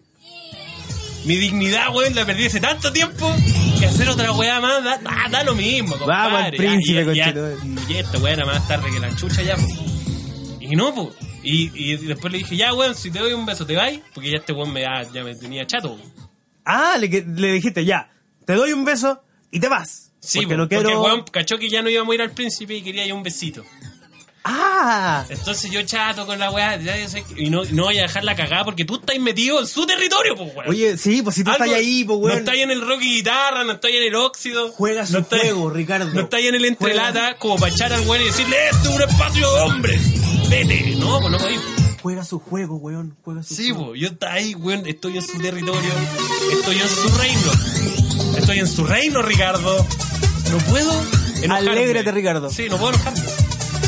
Speaker 2: Mi dignidad, weón, la perdí hace tanto tiempo que hacer otra weá más da, da, da lo mismo, compadre.
Speaker 1: Vamos al
Speaker 2: Ya,
Speaker 1: príncipe,
Speaker 2: ya, ya,
Speaker 1: conchetumare.
Speaker 2: ya esta weá era más tarde que la chucha ya, po. Y no, po. Y, y después le dije, ya, weón, si te doy un beso, te vais. Porque ya este weón me, da- ya me tenía chato, po.
Speaker 1: Ah, le, que- le dijiste, ya, te doy un beso y te vas.
Speaker 2: Sí,
Speaker 1: porque
Speaker 2: po,
Speaker 1: no quiero...
Speaker 2: porque el weón cachó que ya no íbamos a ir al príncipe y quería ya un besito.
Speaker 1: Ah,
Speaker 2: Entonces yo chato con la weá, ya yo sé que- y no, no voy a dejar la cagada porque tú estás metido en su territorio, pues weón.
Speaker 1: oye, sí, pues si tú
Speaker 2: Algo-
Speaker 1: estás ahí, pues weón.
Speaker 2: No estás en el rock y guitarra, no estás en el óxido.
Speaker 1: Juega su
Speaker 2: no estáis-
Speaker 1: juego, Ricardo.
Speaker 2: No estás en el entrelata como para echar al weón y decirle, esto es un espacio de hombres. Vete. No, pues no podís.
Speaker 1: Juega su juego, weón. Juega su
Speaker 2: Sí,
Speaker 1: juego.
Speaker 2: pues yo está ahí, weón, estoy en su territorio, estoy en su reino. Estoy en su reino, Ricardo. No puedo enojarme.
Speaker 1: Alégrate, Ricardo.
Speaker 2: Sí, no puedo enojarme.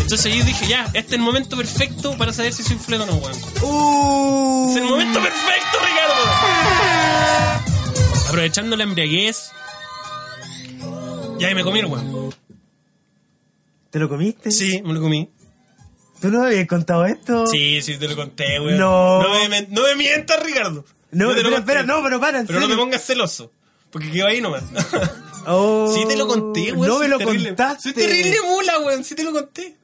Speaker 2: Entonces yo dije, ya, este es el momento perfecto para saber si soy fleto o no, weón.
Speaker 1: Uh,
Speaker 2: Es el momento perfecto, Ricardo. Aprovechando la embriaguez. Ya ahí me comí el weón.
Speaker 1: ¿Te lo comiste?
Speaker 2: Sí, me lo comí.
Speaker 1: ¿Tú no me habías contado esto?
Speaker 2: Sí, sí, te lo conté, weón.
Speaker 1: No.
Speaker 2: No me, men- no me mientas, Ricardo.
Speaker 1: No,
Speaker 2: Yo te lo
Speaker 1: espera,
Speaker 2: conté.
Speaker 1: espera, no, pero para, en
Speaker 2: Pero no te
Speaker 1: serio.
Speaker 2: pongas celoso. Porque quedó ahí nomás.
Speaker 1: Oh,
Speaker 2: sí, te lo conté, weón.
Speaker 1: No
Speaker 2: soy
Speaker 1: me lo
Speaker 2: terrible-
Speaker 1: contaste.
Speaker 2: Soy terrible mula, weón. Sí, te lo conté.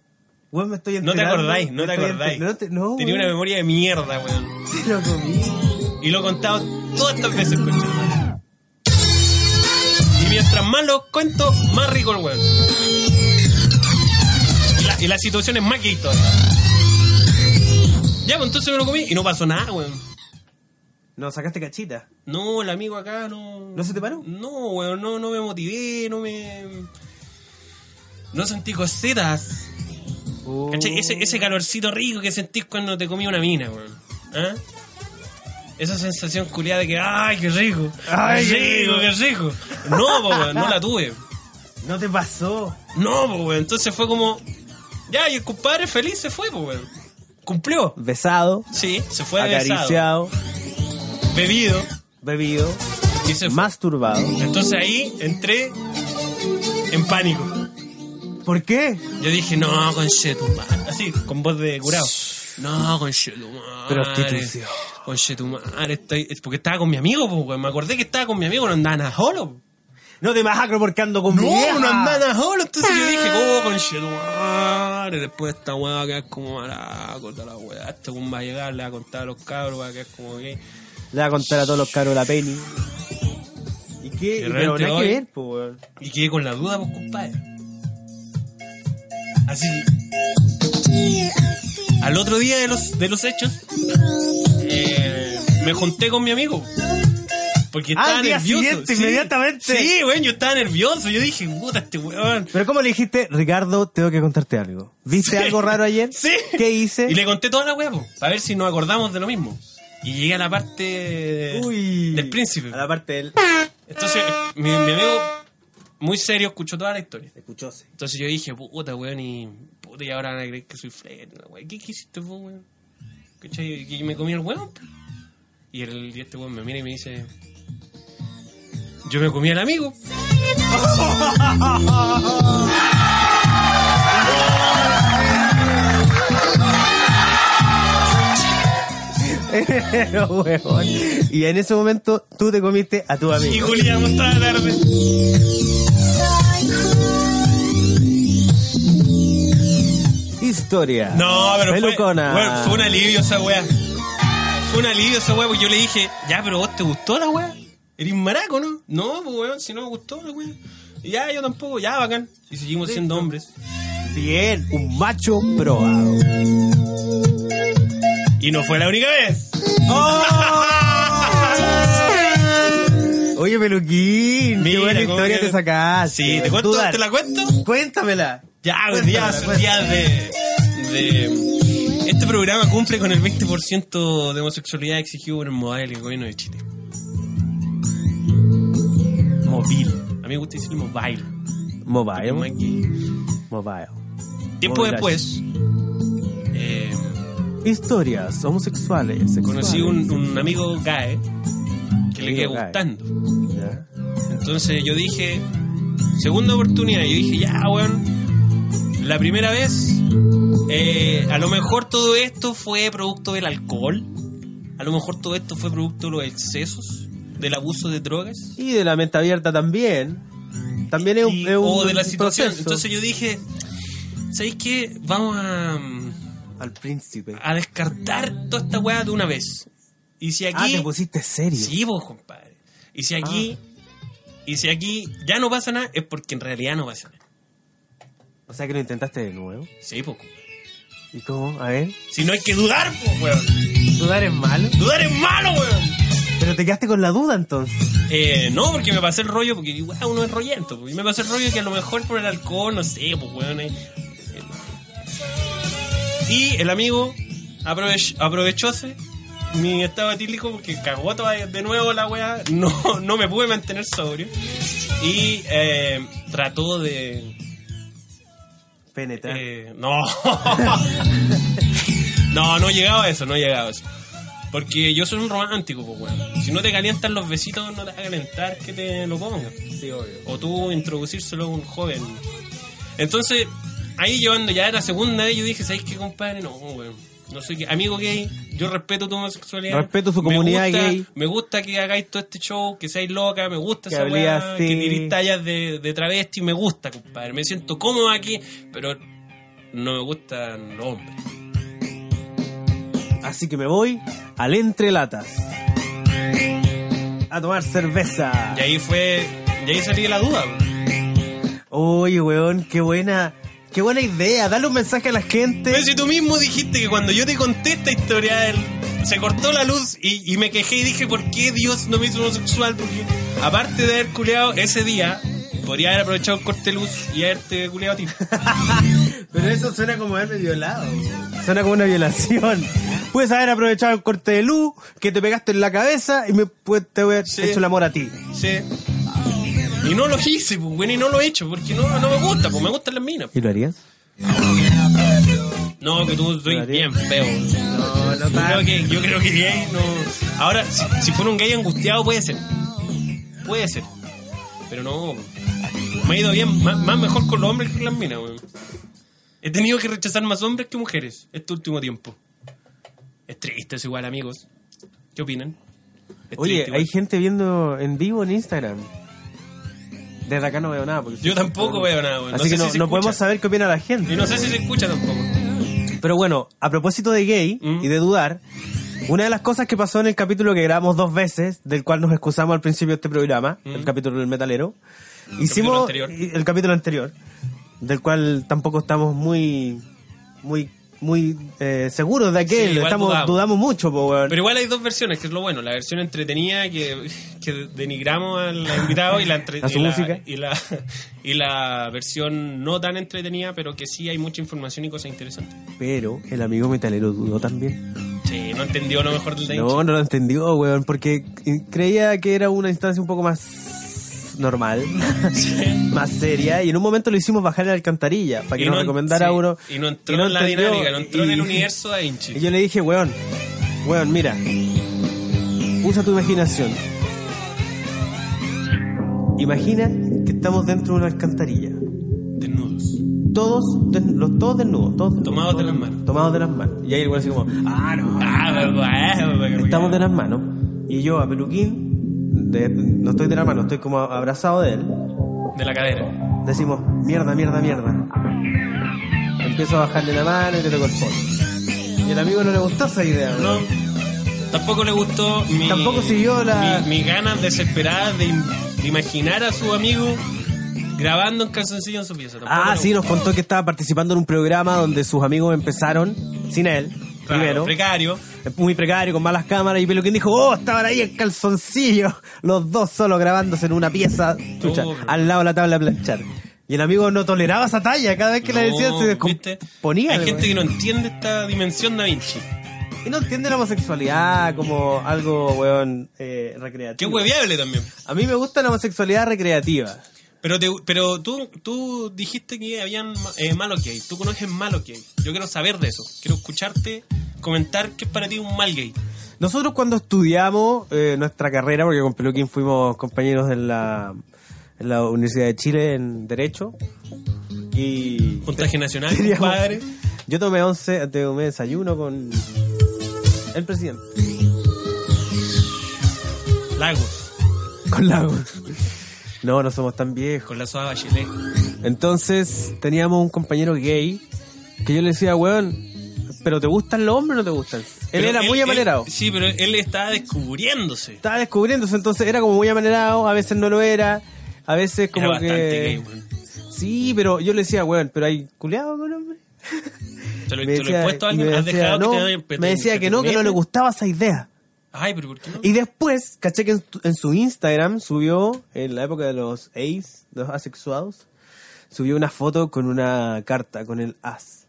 Speaker 1: Weón, me estoy
Speaker 2: No te
Speaker 1: enterando.
Speaker 2: acordáis, no
Speaker 1: Me
Speaker 2: te
Speaker 1: estoy
Speaker 2: acordáis.
Speaker 1: enter- No, te, no
Speaker 2: Tenía una
Speaker 1: weón.
Speaker 2: memoria de mierda, weón.
Speaker 1: Te lo comí.
Speaker 2: Y lo he contado todas estas veces, concha. Y mientras más lo cuento, más rico el weón. Y la, y la situación es más gay todavía. Ya, pues entonces me lo comí y no pasó nada, weón.
Speaker 1: No, sacaste cachita.
Speaker 2: No, el amigo acá no.
Speaker 1: ¿No se te paró?
Speaker 2: No, weón, no, no me motivé, no me. No sentí cositas.
Speaker 1: Oh.
Speaker 2: ¿Cachai? Mm. Ese, ese calorcito rico que sentís cuando te comí una mina, weón. ¿Ah? Esa sensación culiada de que, ¡ay, qué rico!
Speaker 1: Ay,
Speaker 2: qué
Speaker 1: qué
Speaker 2: rico, qué rico! No, po, weón, no la tuve.
Speaker 1: Oh, No te pasó.
Speaker 2: No, po, weón. Entonces fue como, ya, y el compadre feliz se fue, po, weón. Cumplió.
Speaker 1: Besado,
Speaker 2: Sí, se fue besado,
Speaker 1: acariciado,
Speaker 2: bebido
Speaker 1: bebido,
Speaker 2: y se fue.
Speaker 1: masturbado.
Speaker 2: Entonces ahí entré en pánico.
Speaker 1: ¿Por qué?
Speaker 2: Yo dije, no, con Así, con voz de curado. No, con
Speaker 1: Prostitución.
Speaker 2: Con estoy. es Porque estaba con mi amigo, pues, weón. Me acordé que estaba con mi amigo, no andaba nada solo.
Speaker 1: No te vas acroporcando con mi vieja.
Speaker 2: no andaba nada solo. Entonces yo dije, oh, con Después esta weá va a quedar como maraco, toda la weá. Este weón va a llegar, le va a contar a los cabros, va a quedar como gay.
Speaker 1: Le voy a contar a todos los caros la penny. ¿Y qué?
Speaker 2: De
Speaker 1: Pero
Speaker 2: repente
Speaker 1: nada que
Speaker 2: voy.
Speaker 1: ver, po, weón.
Speaker 2: Y quedé con la duda, pues, compadre. Así. Al otro día de los, de los hechos, eh, me junté con mi amigo. Porque
Speaker 1: Ah,
Speaker 2: estaba
Speaker 1: al día
Speaker 2: nervioso.
Speaker 1: siguiente, inmediatamente.
Speaker 2: Sí, weón, yo estaba nervioso. Yo dije, puta, este weón.
Speaker 1: Pero ¿cómo le dijiste, Ricardo, tengo que contarte algo? ¿Viste
Speaker 2: Sí.
Speaker 1: algo raro ayer?
Speaker 2: Sí.
Speaker 1: ¿Qué hice?
Speaker 2: Y le conté toda la weá, po, para ver si nos acordamos de lo mismo. Y llegué a la parte
Speaker 1: Uy.
Speaker 2: del príncipe.
Speaker 1: A la parte del...
Speaker 2: Entonces, mi, mi amigo, muy serio, escuchó toda la historia.
Speaker 1: Escuchóse.
Speaker 2: Entonces yo dije, puta, weón, y, puta, y ahora van a creer que soy Fred. la weá. ¿Qué, ¿Qué hiciste vos, weón? ¿Cachai? Y me comí el weón. po. Y, el, y este weón me mira y me dice, yo me comí al amigo.
Speaker 1: Pero, weón. Y en ese momento tú te comiste a tu
Speaker 2: Y
Speaker 1: amigo.
Speaker 2: Julián, toda la tarde.
Speaker 1: Historia.
Speaker 2: No, pero fue,
Speaker 1: Pelucona.
Speaker 2: weón, fue un alivio esa weá. Fue un alivio esa weá, porque yo le dije, ya, pero vos te gustó la weá. Eres maraco, ¿no? No, pues weón, si no me gustó la weá. Y Ya, yo tampoco, ya, bacán. Y seguimos siendo hombres.
Speaker 1: Bien, un macho probado.
Speaker 2: Y no fue la única vez. ¡Oh!
Speaker 1: Oye, Peluquín, qué
Speaker 2: Mira,
Speaker 1: buena
Speaker 2: cómo
Speaker 1: historia
Speaker 2: que-
Speaker 1: te sacaste.
Speaker 2: Sí, ¿te cuento?
Speaker 1: Dudar.
Speaker 2: ¿Te la cuento?
Speaker 1: Cuéntamela.
Speaker 2: Ya, un día,
Speaker 1: Cuéntamela,
Speaker 2: un día de, de- Este programa cumple con el 20% de homosexualidad exigido por el modal del gobierno de Chile. Móvil. A mí me gusta decir mobile. porque como
Speaker 1: Mobile.
Speaker 2: aquí-
Speaker 1: Mobile.
Speaker 2: Tiempo
Speaker 1: Mobile.
Speaker 2: después, eh,
Speaker 1: Historias homosexuales. sexuales.
Speaker 2: conocí un, un amigo gay que le
Speaker 1: Amigo gay.
Speaker 2: quedé gustando.
Speaker 1: Ya.
Speaker 2: Entonces yo dije, segunda oportunidad, yo dije, ya, weón, la primera vez, eh, a lo mejor todo esto fue producto del alcohol, a lo mejor todo esto fue producto de los excesos, del abuso de drogas,
Speaker 1: Y de la mente abierta también. También es un,
Speaker 2: y-
Speaker 1: es un
Speaker 2: o de la situación.
Speaker 1: proceso.
Speaker 2: Entonces yo dije, ¿sabéis qué? Vamos a, mm,
Speaker 1: Al príncipe.
Speaker 2: a descartar toda esta weá de una vez. Y si
Speaker 1: Ah,
Speaker 2: aquí...
Speaker 1: te pusiste Ah. serio.
Speaker 2: Sí, vos, compadre. Y si aquí... Y si aquí ya no pasa nada, es porque en realidad no pasa nada.
Speaker 1: O sea que lo intentaste de nuevo.
Speaker 2: Sí, pues, compadre.
Speaker 1: ¿Y cómo? A ver.
Speaker 2: Si no hay que dudar, pues, weón.
Speaker 1: ¿Dudar es malo?
Speaker 2: Dudar es malo, weón.
Speaker 1: Pero te quedaste con la duda entonces.
Speaker 2: Eh, no, porque me pasé el rollo, porque igual uno es rollento. pues, Y me pasé el rollo que a lo mejor por el alcohol, no sé, pues, weón. eh, eh. Y el amigo aprovech- aprovechóse mi estado etílico porque cagó toda de nuevo la weá. No, no me pude mantener sobrio. Y eh, trató de...
Speaker 1: Penetrar.
Speaker 2: Eh, no. no, no he llegado a eso, no he llegado a eso. Porque yo soy un romántico, pues, weón. Si no te calientan los besitos, no te va a calentar que te lo pongan.
Speaker 1: Sí, obvio.
Speaker 2: O tú introducírselo a un joven. Entonces, ahí llevando ya era segunda vez, yo dije, ¿sabes qué, compadre? No, weón. No soy gay. amigo gay, yo respeto tu homosexualidad.
Speaker 1: Respeto su
Speaker 2: Me
Speaker 1: comunidad
Speaker 2: gusta-
Speaker 1: gay.
Speaker 2: Me gusta que hagáis todo este show, que seáis loca, me gusta
Speaker 1: Que
Speaker 2: esa
Speaker 1: hablé
Speaker 2: weá,
Speaker 1: así.
Speaker 2: que tiréis tallas de, de travesti, me gusta, compadre. Me siento cómodo aquí, pero no me gustan los hombres.
Speaker 1: Así que me voy al entrelatas. A tomar cerveza.
Speaker 2: Y ahí fue, y ahí salí de la duda. weón.
Speaker 1: Oye, weón, qué buena. Qué buena idea. Dale un mensaje a la gente.
Speaker 2: Pero si tú mismo dijiste que cuando yo te conté esta historia, él- se cortó la luz y, y me quejé y dije, ¿por qué Dios no me hizo homosexual? Porque aparte de haber culeado ese día, podría haber aprovechado el corte de luz y haberte culeado a ti.
Speaker 1: Pero eso suena como haberme violado. Suena como una violación. Puedes haber aprovechado el corte de luz que te pegaste en la cabeza y me pues, te haber
Speaker 2: Sí.
Speaker 1: hecho el amor a ti.
Speaker 2: Sí. Y no lo hice, pues, bueno, y no lo he hecho, porque no, no me gusta, pues me gustan las minas.
Speaker 1: ¿Y lo harías?
Speaker 2: No, que tú soy bien feo.
Speaker 1: No, no
Speaker 2: Yo creo
Speaker 1: tanto.
Speaker 2: que, yo creo que gay no. Ahora, si, si fuera un gay angustiado, puede ser. Puede ser. Pero no. Me ha ido bien, más, más mejor con los hombres que con las minas, weón. He tenido que rechazar más hombres que mujeres este último tiempo. Es triste, es igual, amigos. ¿Qué opinan? Este Es
Speaker 1: Oye,
Speaker 2: triste igual.
Speaker 1: hay gente viendo en vivo en Instagram. Desde acá no veo nada. Porque
Speaker 2: Yo tampoco veo nada, weón. No
Speaker 1: Así
Speaker 2: sé
Speaker 1: que no,
Speaker 2: si se
Speaker 1: no
Speaker 2: escucha.
Speaker 1: podemos saber qué opina la
Speaker 2: Y
Speaker 1: gente.
Speaker 2: no sé si se escucha tampoco.
Speaker 1: Pero bueno, a propósito de gay
Speaker 2: Mm.
Speaker 1: y de dudar, una de las cosas que pasó en el capítulo que grabamos dos veces, del cual nos excusamos al principio de este programa, el capítulo del metalero, hicimos
Speaker 2: ¿Mm? capítulo anterior.
Speaker 1: el capítulo anterior, del cual tampoco estamos muy, muy, muy eh, seguros de aquel,
Speaker 2: Sí, igual
Speaker 1: estamos,
Speaker 2: dudamos.
Speaker 1: dudamos mucho, po, weón.
Speaker 2: Pero igual hay dos versiones, que es lo bueno. La versión entretenida, que, que denigramos al invitado, y la, entre-
Speaker 1: A su
Speaker 2: y la-
Speaker 1: música.
Speaker 2: y, la, y la versión no tan entretenida, pero que sí hay mucha información y cosas interesantes.
Speaker 1: Pero el amigo metalero dudó también.
Speaker 2: Sí, no entendió lo mejor del Da Vinci.
Speaker 1: No, no lo entendió, weón, porque eh, creía que era una instancia un poco más normal, más seria, y en un momento lo hicimos bajar a la alcantarilla para que
Speaker 2: Y
Speaker 1: nos
Speaker 2: no-
Speaker 1: recomendara
Speaker 2: sí,
Speaker 1: uno.
Speaker 2: Y no entró
Speaker 1: y no
Speaker 2: en la
Speaker 1: entendió,
Speaker 2: dinámica, no entró en el
Speaker 1: y-
Speaker 2: universo Da Vinci.
Speaker 1: Y yo le dije, weón, weón, mira, usa tu imaginación. Imagina que estamos dentro de una alcantarilla,
Speaker 2: Desnudos.
Speaker 1: todos, desn- los, todos desnudos, todos desnudos,
Speaker 2: Tomados de las manos.
Speaker 1: tomados de las manos. Y ahí el weón así como, ah, no, Estamos de las manos y yo a Peluquín, de- no estoy de la mano, estoy como abrazado de él.
Speaker 2: De la cadera.
Speaker 1: Decimos, mierda, mierda, mierda. Empiezo a bajarle la mano y te toco el fondo. Y al amigo no le gustó esa idea.
Speaker 2: No. Tampoco le gustó mi.
Speaker 1: Tampoco siguió la-
Speaker 2: mi- Mis ganas desesperadas de, im- de imaginar a su amigo grabando en calzoncillo en su pieza. tampoco
Speaker 1: Ah,
Speaker 2: era
Speaker 1: sí,
Speaker 2: un-
Speaker 1: nos contó que estaba participando en un programa donde sus amigos empezaron sin él,
Speaker 2: Claro,
Speaker 1: primero.
Speaker 2: Precario.
Speaker 1: muy precario, con malas cámaras, y Peluquín dijo, oh, estaban ahí en calzoncillo, los dos solos grabándose en una pieza, chucha,
Speaker 2: Oh, bro.
Speaker 1: al lado de la tabla de planchar. Y el amigo no toleraba esa talla, cada vez que la
Speaker 2: No,
Speaker 1: decían se
Speaker 2: ¿viste?
Speaker 1: descomponía.
Speaker 2: Hay
Speaker 1: el
Speaker 2: gente
Speaker 1: güey.
Speaker 2: que no entiende esta dimensión da Vinci.
Speaker 1: Y no entiende la homosexualidad como algo, weón, eh, recreativo.
Speaker 2: Que es hueveable también.
Speaker 1: A mí me gusta la homosexualidad recreativa.
Speaker 2: Pero, te- pero tú, tú dijiste que habían ma- eh, malo gay. Tú conoces malo gay. Yo quiero saber de eso. Quiero escucharte comentar qué es para ti un mal gay.
Speaker 1: Nosotros cuando estudiamos eh, nuestra carrera, porque con Peluquín fuimos compañeros en la, en la Universidad de Chile en Derecho, y...
Speaker 2: Puntaje nacional,
Speaker 1: Teníamos-
Speaker 2: compadre.
Speaker 1: Yo tomé once, tomé desayuno con el presidente.
Speaker 2: Lagos.
Speaker 1: Con Lago. No, no somos tan viejos.
Speaker 2: Con la soda Bachelet.
Speaker 1: Entonces teníamos un compañero gay que yo le decía, weón, ¿pero te gustan los hombres o no te gustan? Él
Speaker 2: Pero
Speaker 1: era muy amanerado.
Speaker 2: él- sí, pero él estaba descubriéndose.
Speaker 1: Estaba descubriéndose, entonces era como muy amanerado, a veces no lo era, a veces como
Speaker 2: Era bastante
Speaker 1: que...
Speaker 2: gay, weón.
Speaker 1: Sí, pero yo le decía, weón, ¿pero hay culeado con hombre? Me
Speaker 2: ¿Te lo, te lo he
Speaker 1: decía-
Speaker 2: puesto a
Speaker 1: y
Speaker 2: alguien?
Speaker 1: me
Speaker 2: ¿Has
Speaker 1: decía,
Speaker 2: dejado
Speaker 1: no,
Speaker 2: que te hagan-
Speaker 1: Me decía que no, que no le gustaba esa idea.
Speaker 2: Ay, pero ¿por qué no?
Speaker 1: Y después, caché que en, tu- en su Instagram subió, en la época de los ace, de los asexuados, subió una foto con una carta, con el as.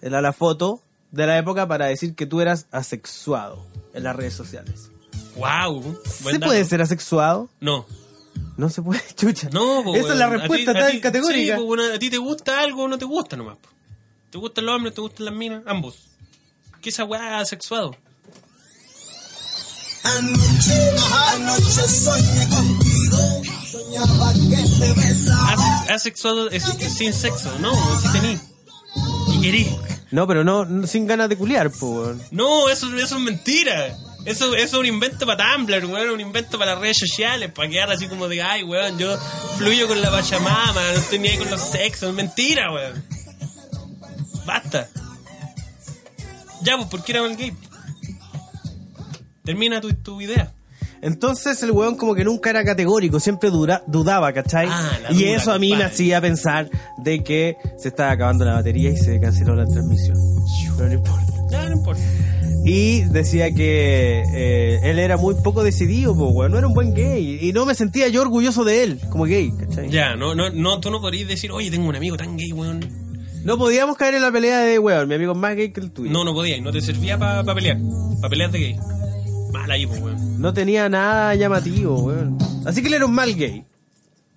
Speaker 1: Era la foto de la época para decir que tú eras asexuado en las redes sociales.
Speaker 2: ¡Wow!
Speaker 1: ¿Se puede ser asexuado?
Speaker 2: No.
Speaker 1: No se puede, chucha.
Speaker 2: No, po,
Speaker 1: Esa es la
Speaker 2: weón. A
Speaker 1: respuesta
Speaker 2: ti- a
Speaker 1: tan
Speaker 2: ti-
Speaker 1: categórica.
Speaker 2: sí, po, weón, a ti te gusta algo o no te gusta nomás. po. Te gustan los hombres, te gustan las minas, ambos. ¿Qué esa weá asexuado?
Speaker 6: Anoche, anoche soñé contigo. Soñaba que te besaba.
Speaker 2: Ase- Asexuado es sin sexo, ¿no? Si tení. Y querí.
Speaker 1: no, pero no, no- sin ganas de culiar, pues.
Speaker 2: No, eso, eso es mentira. Eso, eso es un invento para Tumblr, weón, un invento para las redes sociales, para quedar así como de, ay, weón, yo fluyo con la pachamama, no estoy ni ahí con los sexos, mentira, weón. Basta. Ya, pues, ¿por qué era mal gay? Termina tu, tu idea.
Speaker 1: Entonces el weón como que nunca era categórico, siempre dura- dudaba, ¿cachai?
Speaker 2: Ah, la
Speaker 1: y
Speaker 2: duda,
Speaker 1: eso a mí me
Speaker 2: compadre.
Speaker 1: hacía pensar de que se estaba acabando la batería y se canceló la transmisión. Pero no importa.
Speaker 2: No, no importa.
Speaker 1: Y decía que eh, él era muy poco decidido, po, weón, no era un buen gay. Y no me sentía yo orgulloso de él como gay, ¿cachai?
Speaker 2: Ya, no, no, no, tú no podrías decir, oye, tengo un amigo tan gay, weón.
Speaker 1: No podíamos caer en la pelea de, weón, mi amigo es más gay que el tuyo.
Speaker 2: No, no podías, no te servía para pelear, para pelear de gay. Mal ahí, pues, weón.
Speaker 1: No tenía nada llamativo, weón. Así que él era un mal gay,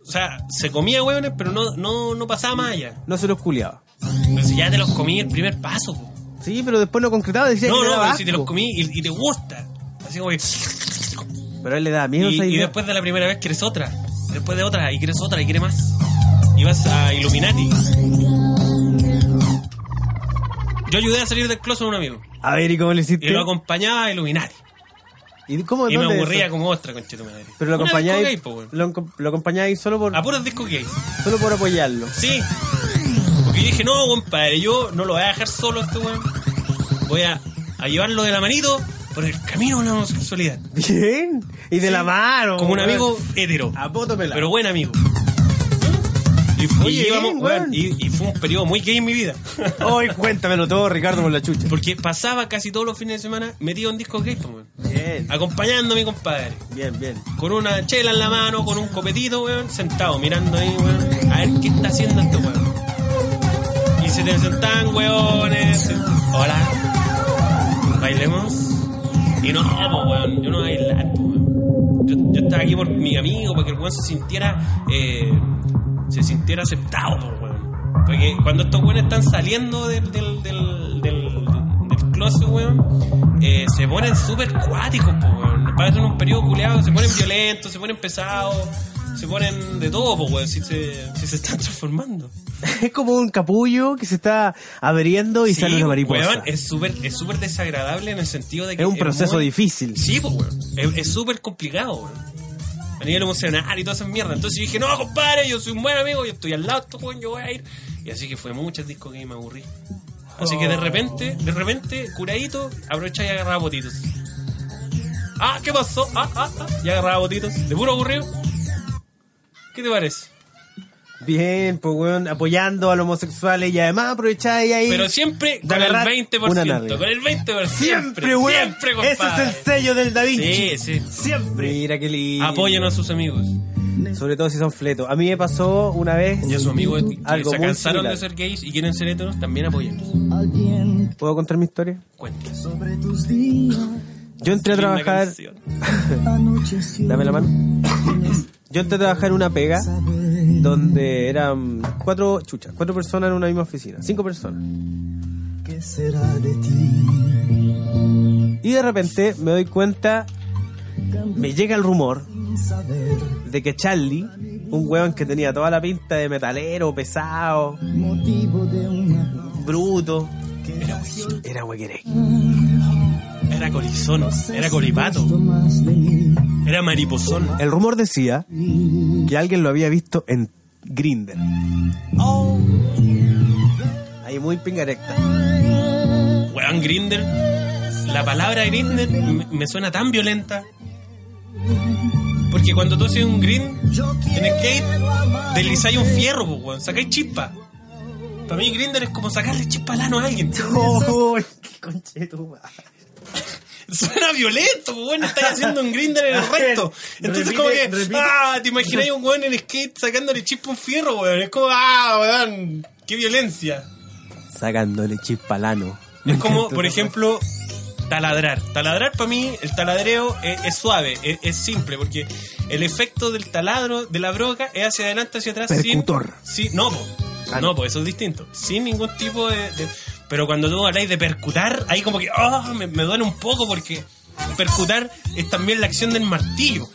Speaker 2: O sea, se comía hueones, pero no, no, no pasaba más allá.
Speaker 1: no se los culiaba.
Speaker 2: Pero si ya te los comí el primer paso. po.
Speaker 1: Sí, pero después lo concretaba, decía
Speaker 2: No,
Speaker 1: que le
Speaker 2: no,
Speaker 1: daba
Speaker 2: pero si te los
Speaker 1: asco.
Speaker 2: comí y, y te gusta. Así como que-
Speaker 1: Pero a él le daba miedo
Speaker 2: Y,
Speaker 1: esa
Speaker 2: y
Speaker 1: idea.
Speaker 2: después de la primera vez quieres otra. Después de otra, y quieres otra, y quieres más. Y vas a Illuminati. Yo ayudé a salir del closet a un amigo.
Speaker 1: A ver, ¿y cómo lo hiciste?
Speaker 2: Y lo acompañaba a Illuminati.
Speaker 1: ¿Y cómo
Speaker 2: Y me
Speaker 1: Pues, dónde es
Speaker 2: aburría
Speaker 1: eso?
Speaker 2: como ostra, conchito madre.
Speaker 1: Pero lo
Speaker 2: Una
Speaker 1: acompañáis,
Speaker 2: disco gay, po, weón.
Speaker 1: lo, encom- lo acompañáis solo por,
Speaker 2: A puros discos gay.
Speaker 1: solo por apoyarlo.
Speaker 2: Sí. Porque yo dije, no, compadre, yo no lo voy a dejar solo a este weón. Voy a, a llevarlo de la manito por el camino de la homosexualidad.
Speaker 1: Bien. Y de
Speaker 2: Sí.
Speaker 1: la mano.
Speaker 2: Como un
Speaker 1: weón. Ah,
Speaker 2: amigo hetero.
Speaker 1: A poto pelado.
Speaker 2: Pero buen amigo. Y, fu-
Speaker 1: Oye,
Speaker 2: y íbamos-
Speaker 1: bien,
Speaker 2: weón,
Speaker 1: weón.
Speaker 2: y- y fue un periodo muy gay en mi vida.
Speaker 1: Hoy cuéntamelo todo, Ricardo, por la chucha.
Speaker 2: Porque pasaba casi todos los fines de semana metido en discos gay, pues, weón.
Speaker 1: Bien,
Speaker 2: acompañando a mi compadre.
Speaker 1: bien, bien.
Speaker 2: Con una chela en la mano, con un copetito, weón, sentado, mirando ahí, weón, a ver qué está haciendo este weón. Y se te sentaban, weones. se- Hola. Bailemos. Y no, po, weón, yo no voy a bailar, po, weón. Yo, yo estaba aquí por mi amigo, para que el weón se sintiera, eh, se sintiera aceptado, po, weón. Porque cuando estos weones están saliendo del, del, del, del, del closet, weón, eh, se ponen súper cuáticos, po, weón. Pasan un periodo culeado, se ponen violentos, se ponen pesados, se ponen de todo, po, weón, si se, si se están transformando.
Speaker 1: Es como un capullo que se está abriendo y
Speaker 2: Sí,
Speaker 1: sale una mariposa.
Speaker 2: weón, es súper es súper desagradable en el sentido de que
Speaker 1: Es un proceso
Speaker 2: muy-
Speaker 1: difícil.
Speaker 2: Sí, pues, weón. Es- Es súper complicado, weón. A nivel emocional y todas esas mierdas. Entonces yo dije, no, compadre, yo soy un buen amigo, yo estoy al lado de estos weón, yo voy a ir. Y así que fue muchas discos que me aburrí. Así
Speaker 1: Oh.
Speaker 2: que de repente, de repente, curadito, aprovecha y agarraba botitos. Ah, ¿qué pasó? Ah, ah, ah. Y agarraba botitos. De puro aburrido. ¿Qué te parece?
Speaker 1: Bien, pues weón, apoyando a los homosexuales y además aprovecháis ahí.
Speaker 2: Pero siempre
Speaker 1: de
Speaker 2: con el
Speaker 1: agarrar
Speaker 2: 20%.
Speaker 1: una
Speaker 2: Con
Speaker 1: nalga.
Speaker 2: el 20%.
Speaker 1: Siempre, weón.
Speaker 2: Siempre,
Speaker 1: Ese es
Speaker 2: compadre.
Speaker 1: el sello del Da Vinci.
Speaker 2: Sí, sí.
Speaker 1: Siempre. Mira qué lindo.
Speaker 2: Apoyen a sus amigos.
Speaker 1: Sobre todo si son fletos. A mí me pasó una vez.
Speaker 2: Y a sus amigos que
Speaker 1: Algo
Speaker 2: se
Speaker 1: muy
Speaker 2: cansaron
Speaker 1: similar.
Speaker 2: de ser gays y quieren ser heteros, también apoyenlos.
Speaker 1: ¿Puedo contar mi historia?
Speaker 2: Cuéntanos.
Speaker 6: Sobre tus días,
Speaker 1: Yo entré a
Speaker 2: Linda
Speaker 1: trabajar.
Speaker 2: canción.
Speaker 6: anocheció.
Speaker 1: Dame la mano. Yo entré a trabajar en una pega donde eran cuatro chuchas, cuatro personas en una misma oficina, cinco personas.
Speaker 6: ¿Qué será de ti?
Speaker 1: Y de repente me doy cuenta, me llega el rumor
Speaker 6: Saber,
Speaker 1: de que Charlie, un weón que tenía toda la pinta de metalero, pesado,
Speaker 6: motivo de una
Speaker 1: bruto, era huequerey.
Speaker 2: Era colizón, era colipato,
Speaker 6: más de mí.
Speaker 2: era mariposón.
Speaker 1: El rumor decía que alguien lo había visto en Grinder. Ahí muy pingarecta.
Speaker 2: Weón Grinder. La palabra Grinder me me suena tan violenta. Porque cuando tú haces un green en skate, deslizáis un fierro, po, weón. Sacáis chispa. Para mí Grinder es como sacarle chispa al ano a alguien.
Speaker 1: ¡Uy, qué conchetumada!
Speaker 2: Suena violento, po, weón. Estáis haciendo un grinder en el recto. Entonces,
Speaker 1: Repite,
Speaker 2: como que.
Speaker 1: repite.
Speaker 2: ¡Ah! ¿Te imagináis un weón en skate sacándole chispa a un fierro, weón? Es como. ¡Ah, weón! ¡Qué violencia!
Speaker 1: Sacándole chispa al ano.
Speaker 2: Es como, por ejemplo, taladrar. Taladrar para mí, el taladreo es, es suave, es, es simple, porque el efecto del taladro, de la broca, es hacia adelante, hacia atrás.
Speaker 1: Percutor. Ah,
Speaker 2: Sin, sin- no, po. no, po, eso es distinto. Sin ningún tipo de... de- pero cuando tú habláis de percutar, ahí como que ah, me, me duele un poco porque percutar es también la acción del martillo.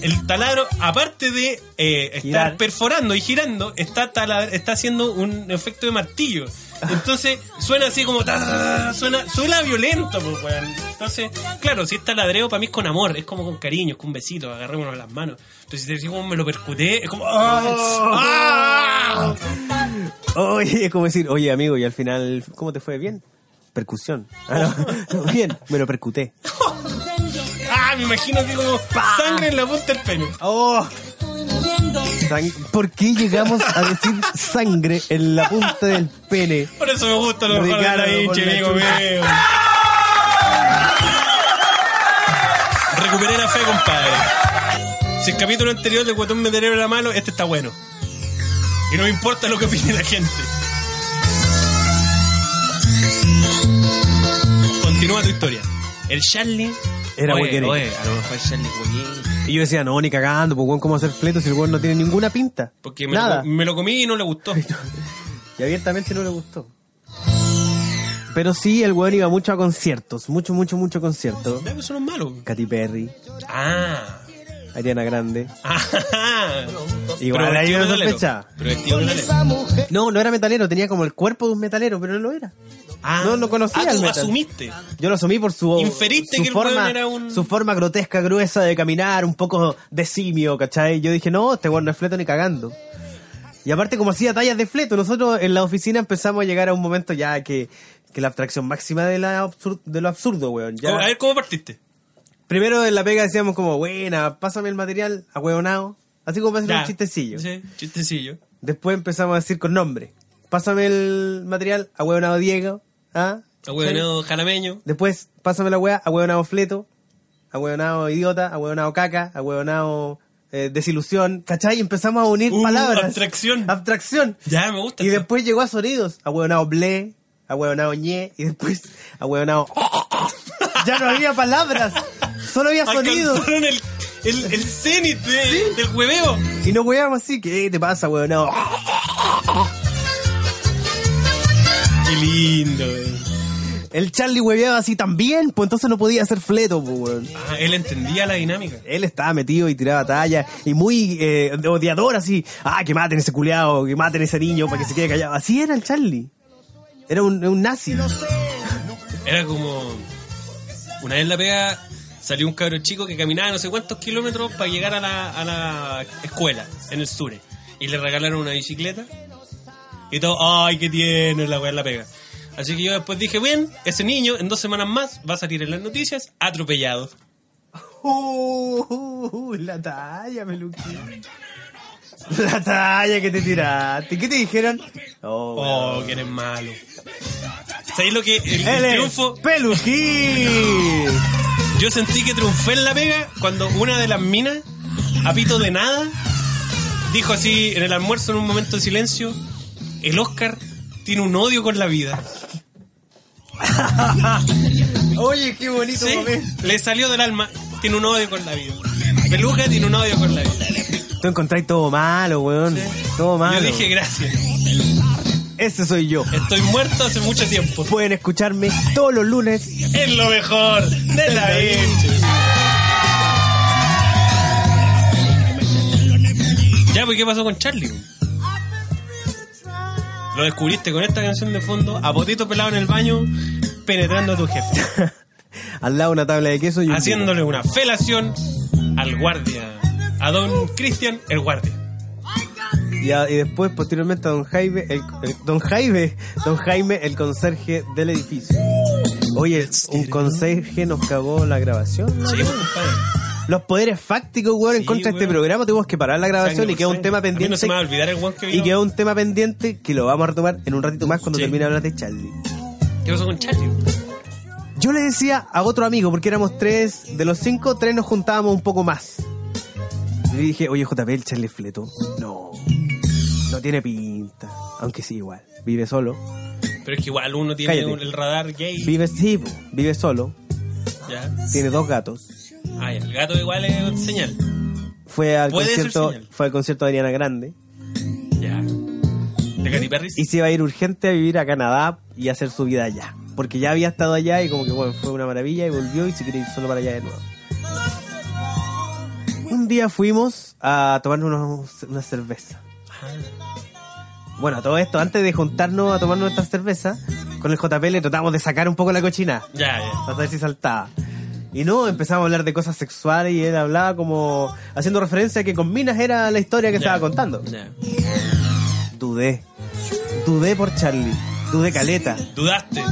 Speaker 2: El taladro, aparte de eh, estar
Speaker 1: Girar.
Speaker 2: perforando y girando, está, tala- está haciendo un efecto de martillo. Entonces suena así como. ta- ta- ta- ta- Suena, suena violento, pues, weón. Entonces, claro, si es taladreo, para mí es con amor, es como con cariño, es con un besito, agarrémonos las manos. Pero si te digo como me lo percuté, es como. ¡Ah! ¡Ah!
Speaker 1: Oye, es como decir, oye amigo, y al final, ¿cómo te fue? ¿Bien? Percusión. Ah, no. Bien, me lo percuté.
Speaker 2: ¡Ah! Me imagino así como sangre en la punta del pene.
Speaker 1: Oh, sang- ¿Por qué llegamos a decir sangre en la punta del pene?
Speaker 2: Por eso me gusta lo mejor de la
Speaker 1: Ricardo,
Speaker 2: hinche,
Speaker 1: por la
Speaker 2: amigo
Speaker 1: chucha.
Speaker 2: mío. Recuperé la fe, compadre. Si el capítulo anterior de Guatón Meterero era malo, este está bueno. Y no me importa lo que opine la gente. Continúa tu historia. El Charlie.
Speaker 1: Era
Speaker 2: Oye,
Speaker 1: huequerín.
Speaker 2: oye, A lo mejor el Charlie huequerín.
Speaker 1: Y yo decía, no, ni cagando, pues weón, ¿cómo hacer fleto si el weón no tiene ninguna pinta?
Speaker 2: Porque me
Speaker 1: Nada.
Speaker 2: lo, me lo comí y no le gustó.
Speaker 1: Y abiertamente no le gustó. Pero sí, el weón iba mucho a conciertos, mucho, mucho, mucho conciertos.
Speaker 2: Dame, Eso no es malo.
Speaker 1: Katy Perry,
Speaker 2: Ah.
Speaker 1: Ariana Grande.
Speaker 2: Ajá.
Speaker 1: Igual ahí
Speaker 2: vestido
Speaker 1: uno
Speaker 2: de metalero.
Speaker 1: sospechaba.
Speaker 2: Pero vestido de metalero.
Speaker 1: No, no era metalero, tenía como el cuerpo de un metalero, pero no lo era.
Speaker 2: Ah,
Speaker 1: no, no conocía
Speaker 2: ah, tú
Speaker 1: al metal.
Speaker 2: asumiste.
Speaker 1: Yo lo asumí por su,
Speaker 2: Inferiste
Speaker 1: su
Speaker 2: que el
Speaker 1: forma,
Speaker 2: weón era un-
Speaker 1: su forma grotesca, gruesa de caminar, un poco de simio, ¿cachai? Yo dije, no, este weón no es fleto ni cagando. Y aparte, como hacía tallas de fleto, nosotros en la oficina empezamos a llegar a un momento ya que, que la abstracción máxima de, la absur- de lo absurdo, weón. Ya-
Speaker 2: ¿Cómo- A ver, ¿cómo partiste?
Speaker 1: Primero en la pega decíamos como, buena, pásame el material, a huevonao. Así como para hacer
Speaker 2: Ya.
Speaker 1: un chistecillo.
Speaker 2: Sí, chistecillo.
Speaker 1: Después empezamos a decir con nombre. Pásame el material, a huevonao Diego. ¿Ah?
Speaker 2: Ahueonado jalameño.
Speaker 1: Después, pásame la weá, ahueonado fleto, ahueonado idiota, ahueonado caca, ahueonado eh, desilusión. ¿Cachai? Empezamos a unir
Speaker 2: Uh,
Speaker 1: palabras.
Speaker 2: abstracción.
Speaker 1: Abstracción.
Speaker 2: Ya, me gusta.
Speaker 1: Y después llegó a sonidos, ahueonado ble, ahueonado ñe, y después ahueonado... ya no había palabras, solo había sonidos.
Speaker 2: Alcanzaron el, el, el cenit de- del hueveo.
Speaker 1: Y nos weábamos así, ¿qué te pasa, hueonado?
Speaker 2: Qué lindo, güey.
Speaker 1: El Charlie hueveaba así también, pues entonces no podía hacer fleto, pues, weón.
Speaker 2: Ah, él entendía la dinámica.
Speaker 1: Él estaba metido y tiraba talla y muy eh, odiador así. Ah, que maten ese culeado, que maten ese niño para que se quede callado. Así era el Charlie. Era un, un nazi.
Speaker 2: Era como. Una vez en la pega salió un cabro chico que caminaba no sé cuántos kilómetros para llegar a la, a la escuela en el Sure. Y le regalaron una bicicleta. Y todo, ¡ay, qué tiene la weá en la pega! Así que yo después dije, bien, ese niño en dos semanas más va a salir en las noticias atropellado.
Speaker 1: Uh, la talla, peluquín. La talla que te tiraste. ¿Qué te dijeron? Oh,
Speaker 2: Oh, que eres malo. ¿Sabéis lo que? El, el
Speaker 1: Él es
Speaker 2: triunfo.
Speaker 1: Peluquín.
Speaker 2: Yo sentí que triunfé en la pega cuando una de las minas, a pito de nada, dijo así en el almuerzo en un momento de silencio: El Oscar tiene un odio con la vida.
Speaker 1: Oye, qué bonito
Speaker 2: Sí,
Speaker 1: momento.
Speaker 2: le salió del alma: Tiene un odio con la vida. Peluca tiene un odio con la vida.
Speaker 1: Tú encontrás todo malo, weón. Todo malo.
Speaker 2: Yo dije gracias.
Speaker 1: Ese soy yo.
Speaker 2: Estoy muerto hace mucho tiempo.
Speaker 1: Pueden escucharme todos los lunes.
Speaker 2: Es lo mejor de la vida. Ya, pues, ¿qué pasó con Charlie? Lo descubriste con esta canción de fondo, a potito pelado en el baño, penetrando a tu jefe,
Speaker 1: Al lado una tabla de queso y un
Speaker 2: haciéndole una felación al guardia, a don Cristian, el guardia.
Speaker 1: vino. Y, a- y después, posteriormente, a don Jaime, el, el- don Jaime, don Jaime, el conserje del edificio. Oye, un conserje nos cagó la grabación.
Speaker 2: Sí, pues, compadre.
Speaker 1: Los poderes fácticos, weón, en
Speaker 2: Sí,
Speaker 1: contra de este
Speaker 2: weón.
Speaker 1: programa. Tuvimos que parar la grabación
Speaker 2: Sangre
Speaker 1: y queda
Speaker 2: por
Speaker 1: un tema
Speaker 2: sangre. A mí no
Speaker 1: pendiente.
Speaker 2: se me va a olvidar el guan que
Speaker 1: y
Speaker 2: vino.
Speaker 1: queda un tema pendiente que lo vamos a retomar en un ratito más cuando
Speaker 2: Sí.
Speaker 1: termine de hablar de Charlie.
Speaker 2: ¿Qué pasó con Charlie?
Speaker 1: Yo le decía a otro amigo, porque éramos tres, de los cinco, tres nos juntábamos un poco más. Y le dije, oye, JP, el Charlie Fleto. No, no tiene pinta. Aunque sí, igual. Vive solo.
Speaker 2: Pero es que igual uno tiene
Speaker 1: Cállate.
Speaker 2: un- el radar gay.
Speaker 1: Vive, sí, po, vive solo.
Speaker 2: Ya.
Speaker 1: Tiene dos gatos.
Speaker 2: Ah, ya, el gato igual es señal.
Speaker 1: Fue al,
Speaker 2: Puede ser
Speaker 1: concierto,
Speaker 2: señal.
Speaker 1: fue al concierto de Ariana Grande.
Speaker 2: Ya. ¿De Katy Perry?
Speaker 1: Y se iba a ir urgente a vivir a Canadá y a hacer su vida allá. Porque ya había estado allá y como que, bueno, fue una maravilla y volvió y se quiere ir solo para allá de nuevo. Un día fuimos a tomarnos una cerveza. Bueno, a todo esto, antes de juntarnos a tomar nuestra cerveza, con el JP le tratamos de sacar un poco la cochina.
Speaker 2: Ya, ya.
Speaker 1: Para saber si saltaba. Y no, empezamos a hablar de cosas sexuales y él hablaba como haciendo referencia a que con Minas era la historia que
Speaker 2: Ya.
Speaker 1: estaba contando.
Speaker 2: Ya.
Speaker 1: Dudé. Dudé por Charlie. Dudé caleta.
Speaker 2: ¿Dudaste?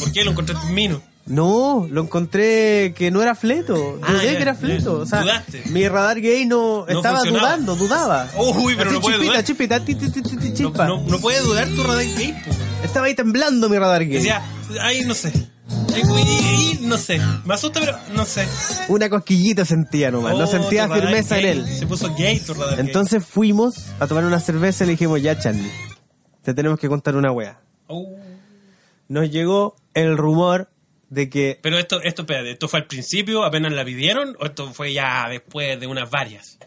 Speaker 2: ¿Por qué lo encontraste en Mino?
Speaker 1: No, lo encontré que no era fleto. Dudé
Speaker 2: Ah, ya,
Speaker 1: que era
Speaker 2: ya.
Speaker 1: fleto. O sea,
Speaker 2: Dudaste.
Speaker 1: mi radar gay no,
Speaker 2: No
Speaker 1: estaba
Speaker 2: funcionaba.
Speaker 1: dudando, dudaba.
Speaker 2: Uy, pero
Speaker 1: Así,
Speaker 2: no puede
Speaker 1: chispita,
Speaker 2: dudar.
Speaker 1: chispita, ti, ti, ti, ti, ti,
Speaker 2: No,
Speaker 1: chispa.
Speaker 2: no, no puede dudar tu radar gay, po.
Speaker 1: Estaba ahí temblando mi radar gay.
Speaker 2: Decía, ay, no sé. Ay, uy, no sé. Me asusta, pero no sé.
Speaker 1: Una cosquillita sentía nomás, no
Speaker 2: Oh,
Speaker 1: sentía
Speaker 2: tu radar
Speaker 1: firmeza en
Speaker 2: gay.
Speaker 1: él.
Speaker 2: Se puso gay tu radar gay.
Speaker 1: Entonces fuimos a tomar una cerveza y le dijimos, ya Charlie, te tenemos que contar una wea.
Speaker 2: Oh.
Speaker 1: Nos llegó el rumor de que
Speaker 2: Pero esto, esto, espérate, ¿esto fue al principio? ¿Apenas la pidieron? ¿O esto fue ya después de unas varias?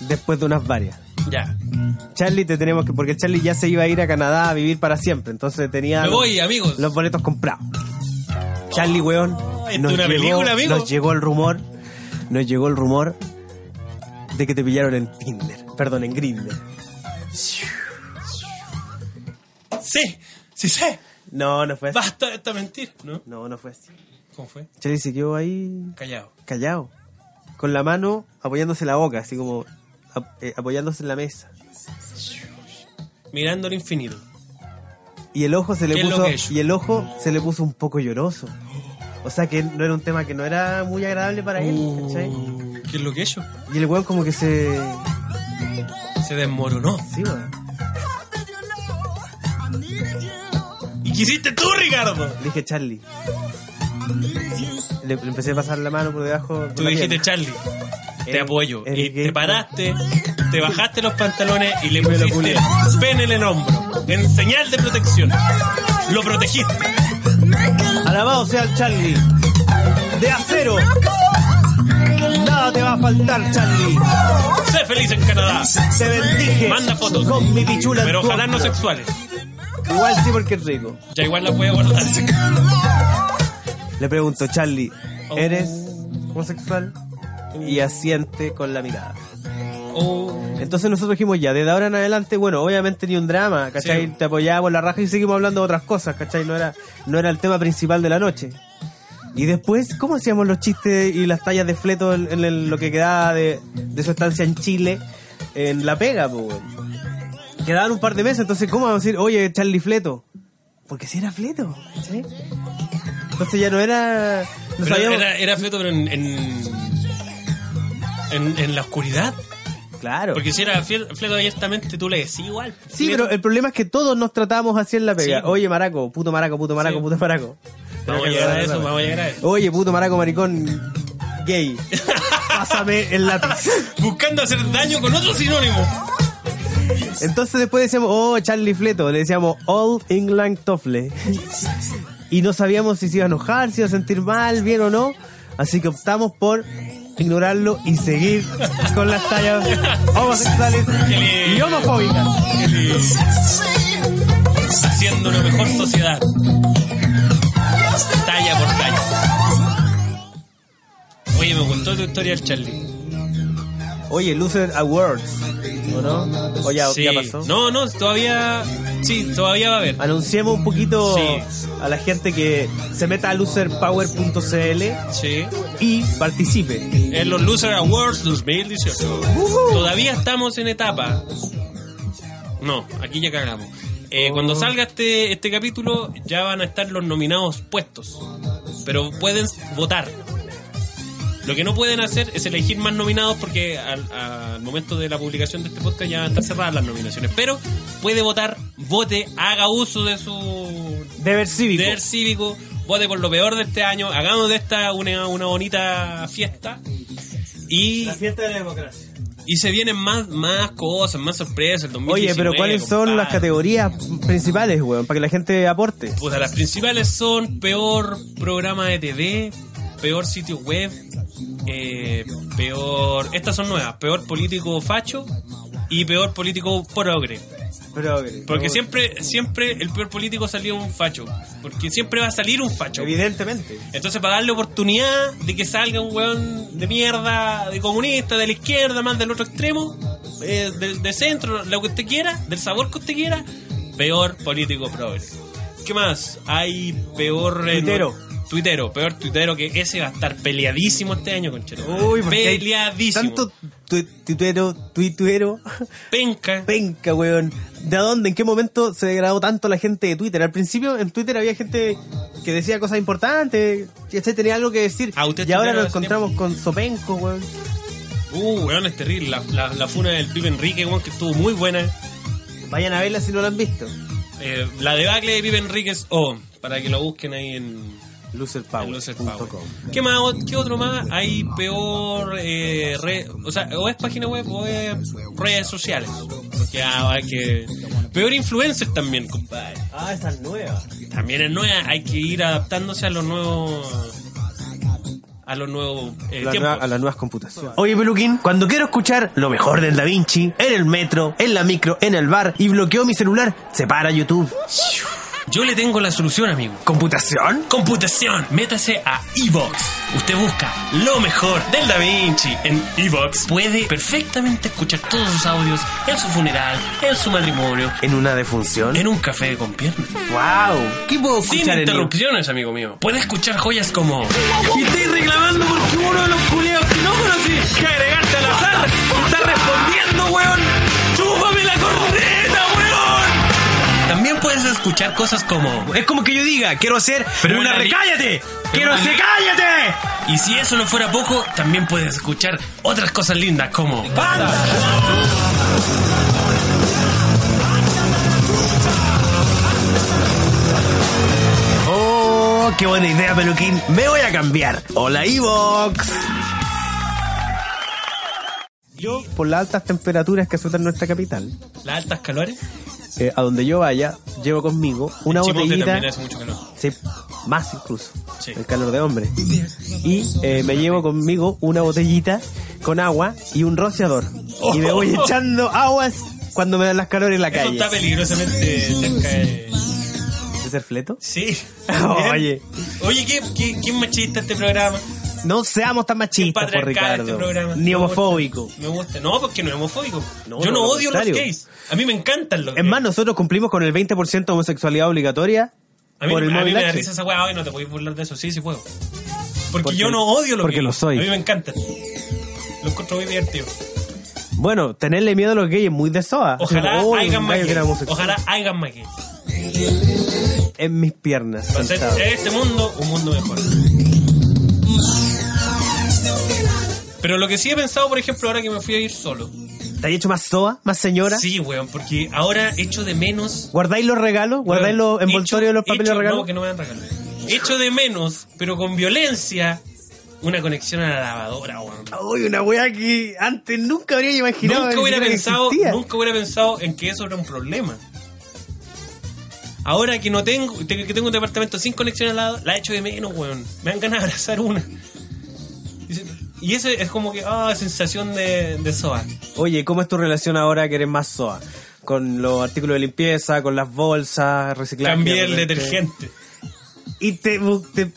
Speaker 1: después de unas varias,
Speaker 2: Ya.
Speaker 1: Charlie te tenemos que, porque Charlie ya se iba a ir a Canadá a vivir para siempre, entonces tenía
Speaker 2: Me
Speaker 1: los-
Speaker 2: voy, amigos.
Speaker 1: los boletos comprados. Charlie, weón,
Speaker 2: Ah, esto es una película, amigo.
Speaker 1: nos llegó el rumor, nos llegó el rumor de que te pillaron en Tinder, perdón, en Grindr.
Speaker 2: Sí, sí sé.
Speaker 1: No, no fue así.
Speaker 2: Basta de esta mentira, ¿no?
Speaker 1: No, no fue así.
Speaker 2: ¿Cómo fue?
Speaker 1: Charlie se quedó ahí
Speaker 2: Callado.
Speaker 1: callado, con la mano apoyándose la boca, así como ap- eh, apoyándose en la mesa.
Speaker 2: Mirando al infinito.
Speaker 1: Y el ojo se le
Speaker 2: Qué
Speaker 1: puso
Speaker 2: loquillo.
Speaker 1: y el ojo se le puso un poco lloroso. O sea que no era un tema que no era muy agradable para
Speaker 2: Uh.
Speaker 1: él, ¿cachai?
Speaker 2: ¿Qué es lo que ellos?
Speaker 1: Y el weón como que se
Speaker 2: Se desmoronó.
Speaker 1: sí, weón.
Speaker 2: ¿Y qué hiciste tú, Ricardo?
Speaker 1: Le dije Charlie. Le, le empecé a pasar la mano por debajo. por
Speaker 2: Tú
Speaker 1: la
Speaker 2: dijiste,
Speaker 1: pierna.
Speaker 2: Charlie, te
Speaker 1: El-
Speaker 2: apoyo.
Speaker 1: el
Speaker 2: Y
Speaker 1: gay-
Speaker 2: te paraste, te bajaste los pantalones y le
Speaker 1: me lo
Speaker 2: pusiste pene en el hombro. En señal de protección. Lo protegiste.
Speaker 1: Alabado sea el Charlie. De acero. Nada te va a faltar, Charlie.
Speaker 2: Sé feliz en Canadá.
Speaker 1: Te bendije.
Speaker 2: Manda fotos.
Speaker 1: Con mi pichula. en
Speaker 2: Pero
Speaker 1: tu
Speaker 2: ojalá no
Speaker 1: hombro.
Speaker 2: sexuales.
Speaker 1: Igual sí porque es rico.
Speaker 2: Ya igual las voy a guardar.
Speaker 1: Le pregunto, Charlie,
Speaker 2: Oh.
Speaker 1: ¿eres homosexual? Y asiente con la mirada.
Speaker 2: Oh,
Speaker 1: Entonces nosotros dijimos ya, desde ahora en adelante, bueno, obviamente ni un drama, ¿cachai?
Speaker 2: Sí.
Speaker 1: Te apoyábamos la raja y seguimos hablando de otras cosas, ¿cachai? No era, no era el tema principal de la noche. Y después, ¿cómo hacíamos los chistes y las tallas de fleto en, en el- lo que quedaba de, de su estancia en Chile, en La Pega, pues, weón? Quedaban un par de meses, entonces, ¿cómo vamos a decir, oye, Charlie Fleto? Porque si era Fleto, ¿cachai? Entonces ya no era... No
Speaker 2: pero
Speaker 1: sabíamos-
Speaker 2: era, era feto, pero en, en, en, en la oscuridad.
Speaker 1: Claro.
Speaker 2: Porque si era fiel, fleto abiertamente, tú le decís igual.
Speaker 1: Sí,
Speaker 2: Fleto.
Speaker 1: pero el problema es que todos nos tratamos así en la pega.
Speaker 2: Sí.
Speaker 1: Oye, maraco, puto maraco, puto maraco,
Speaker 2: Sí.
Speaker 1: puto maraco.
Speaker 2: Vamos a llegar a eso, vamos a llegar a eso.
Speaker 1: Oye, puto maraco, maricón, gay. Pásame el lápiz.
Speaker 2: Buscando hacer daño con otro sinónimo.
Speaker 1: Entonces después decíamos, oh, Charlie Fleto, le decíamos All England Toffle. Y no sabíamos si se iba a enojar, si iba a sentir mal, bien o no. Así que optamos por ignorarlo y seguir con las tallas homosexuales y homofóbicas.
Speaker 2: Haciendo una mejor sociedad. Talla por talla. Oye, me gustó tu historia el Charlie.
Speaker 1: Oye, Loser Awards, ¿o no? O ya,
Speaker 2: Sí.
Speaker 1: ya pasó.
Speaker 2: No, no, todavía. Sí, todavía va a haber.
Speaker 1: Anunciemos un poquito
Speaker 2: Sí.
Speaker 1: a la gente que se meta a loserpower.cl
Speaker 2: Sí.
Speaker 1: y participe.
Speaker 2: En los Loser Awards 2018. Todavía estamos en etapa. No, aquí ya cagamos. Eh, Cuando salga este, este capítulo, ya van a estar los nominados puestos. Pero pueden votar. Lo que no pueden hacer es elegir más nominados porque al, al momento de la publicación de este podcast ya van a estar cerradas las nominaciones. Pero puede votar, vote, haga uso de su
Speaker 1: Deber cívico.
Speaker 2: deber cívico, vote por lo peor de este año, hagamos de esta una, una bonita fiesta. Y,
Speaker 1: fiesta de la democracia.
Speaker 2: y se vienen más, más cosas, más sorpresas el 2019,
Speaker 1: Oye, pero ¿cuáles son las
Speaker 2: compadre.
Speaker 1: categorías principales, weón? Para que la gente aporte.
Speaker 2: Puta, las principales son peor programa de TV, peor sitio web, eh, peor... Estas son nuevas, peor político facho y peor político progre.
Speaker 1: Pero,
Speaker 2: Porque siempre, siempre el peor político salió un facho. Porque siempre va a salir un facho.
Speaker 1: Evidentemente.
Speaker 2: Entonces, para darle oportunidad de que salga un weón de mierda, de comunista, de la izquierda, más del otro extremo, eh, del, del centro, lo que usted quiera, del sabor que usted quiera, peor político progre. ¿Qué más? Hay peor. eh,
Speaker 1: Tuitero.
Speaker 2: no- tuitero, peor tuitero que ese va a estar peleadísimo este año, con
Speaker 1: Uy, porque hay
Speaker 2: Peleadísimo.
Speaker 1: Tanto tu- tuituero, tuituero,
Speaker 2: penca.
Speaker 1: penca, weón. ¿De dónde? ¿En qué momento se degradó tanto la gente de Twitter? Al principio en Twitter había gente que decía cosas importantes, que este tenía algo que decir.
Speaker 2: Ah, usted
Speaker 1: y ahora
Speaker 2: tuitero
Speaker 1: nos
Speaker 2: hace
Speaker 1: encontramos con Sopenco, weón.
Speaker 2: Uh, weón, es terrible. La, la, la funa del Pipe Enrique, weón, que estuvo muy buena.
Speaker 1: Vayan a verla si no la han visto.
Speaker 2: Eh, la debacle de Pipe Enríquez, oh, para que lo busquen ahí en.
Speaker 1: Loserpower.com.
Speaker 2: Loserpower. ¿Qué, más, o- ¿Qué otro más? Hay peor. eh, re- o sea, o es página web o es redes sociales. Porque ah, hay que. Peor influencers también, compadre.
Speaker 1: Ah, esa es nueva.
Speaker 2: También es nueva. Hay que ir adaptándose a los nuevos. A los nuevos. eh,
Speaker 1: La
Speaker 2: tiempos.
Speaker 1: nueva- a las nuevas computaciones. Oye, Peluquín, cuando quiero escuchar lo mejor del Da Vinci, en el metro, en la micro, en el bar y bloqueo mi celular, se para YouTube.
Speaker 2: Yo le tengo la solución, amigo.
Speaker 1: ¿Computación?
Speaker 2: Computación, métase a Evox. Usted busca lo mejor del Da Vinci en Evox. Puede perfectamente escuchar todos sus audios en su funeral, en su matrimonio,
Speaker 1: ¿En una defunción?
Speaker 2: en un café con piernas.
Speaker 1: ¡Wow! ¿Qué puedo
Speaker 2: Eh. Sin
Speaker 1: escuchar en YouTube?
Speaker 2: interrupciones, amigo mío. Puede escuchar joyas como.
Speaker 1: Y estoy reclamando porque uno de los culeos que no conocí que agregaste al azar está respondiendo, weón.
Speaker 2: ¡Chúpame la corneta, weón! También puedes escuchar cosas como.
Speaker 1: Es como que yo diga, quiero hacer
Speaker 2: Pero
Speaker 1: una
Speaker 2: una li-
Speaker 1: recállate.
Speaker 2: Pero
Speaker 1: ¡Quiero
Speaker 2: una
Speaker 1: hacer
Speaker 2: li-
Speaker 1: cállate!
Speaker 2: Y si eso no fuera poco, también puedes escuchar otras cosas lindas como. ¡Banda!
Speaker 1: ¡Oh, qué buena idea, Peluquín! Me voy a cambiar. ¡Hola, Evox! Yo, por las altas temperaturas que azotan nuestra capital,
Speaker 2: Las altas calores.
Speaker 1: eh, a donde yo vaya, llevo conmigo una
Speaker 2: Chimbote
Speaker 1: botellita,
Speaker 2: también hace mucho calor.
Speaker 1: sí, más incluso,
Speaker 2: Sí.
Speaker 1: el calor de hombre, y eh, me llevo conmigo una botellita con agua y un rociador, y me voy echando aguas cuando me dan las calores en la
Speaker 2: Oh. Eso
Speaker 1: calle.
Speaker 2: está peligrosamente cerca de.
Speaker 1: ¿Es el fleto?
Speaker 2: Sí.
Speaker 1: Oye.
Speaker 2: Oye, ¿qué, qué, qué machista este programa?
Speaker 1: No seamos tan
Speaker 2: Qué
Speaker 1: machistas, por
Speaker 2: patriarcal
Speaker 1: Ricardo,
Speaker 2: este programa.
Speaker 1: ni
Speaker 2: Me gusta,
Speaker 1: homofóbico.
Speaker 2: Me gusta. No, porque no es homofóbico.
Speaker 1: No,
Speaker 2: Yo no
Speaker 1: no, al
Speaker 2: odio los
Speaker 1: contrario.
Speaker 2: gays. A mí me encantan los
Speaker 1: Es
Speaker 2: gays.
Speaker 1: más, nosotros cumplimos con el 20% de homosexualidad obligatoria
Speaker 2: a mí,
Speaker 1: por el
Speaker 2: a mí
Speaker 1: móvil
Speaker 2: me da
Speaker 1: H.
Speaker 2: risa esa weá. Ay, no te podéis burlar de eso. Sí, sí puedo. Porque,
Speaker 1: Porque-
Speaker 2: yo no odio los
Speaker 1: porque
Speaker 2: gays.
Speaker 1: lo soy.
Speaker 2: A mí me encantan. Los encuentro muy divertidos.
Speaker 1: Bueno, tenerle miedo a los gays es muy de soa. Así
Speaker 2: Ojalá
Speaker 1: como, "Oh,
Speaker 2: hagan
Speaker 1: un gallo
Speaker 2: más
Speaker 1: que
Speaker 2: gays.
Speaker 1: era homosexual".
Speaker 2: Ojalá hagan más gays.
Speaker 1: En mis piernas.
Speaker 2: Para hacer
Speaker 1: sentado.
Speaker 2: de este mundo un mundo mejor. Pero lo que sí he pensado, por ejemplo, ahora que me fui a ir solo,
Speaker 1: ¿Te has hecho más soa? ¿Más señora?
Speaker 2: Sí, weón, porque ahora echo de menos.
Speaker 1: ¿Guardáis los regalos? ¿Guardáis
Speaker 2: weón,
Speaker 1: los envoltorios de los
Speaker 2: echo-
Speaker 1: papeles de
Speaker 2: echo-
Speaker 1: regalo?
Speaker 2: No, que no me dan regalo. Echo de menos, pero con violencia, una conexión a la lavadora, weón.
Speaker 1: Uy, una weá que antes nunca habría imaginado.
Speaker 2: Nunca
Speaker 1: ni
Speaker 2: hubiera
Speaker 1: siquiera que
Speaker 2: pensado,
Speaker 1: existía.
Speaker 2: nunca hubiera pensado en que eso era un problema. Ahora que no tengo, te- que tengo un departamento sin conexión al lado, la echo de menos, weón. Me dan ganas de abrazar una. Y se- Y eso es como que, ah, sensación de, de soa.
Speaker 1: Oye, ¿cómo es tu relación ahora que eres más soa? Con los artículos de limpieza, con las bolsas, reciclaje.
Speaker 2: Cambié el
Speaker 1: repente.
Speaker 2: detergente.
Speaker 1: Y te, bu- te-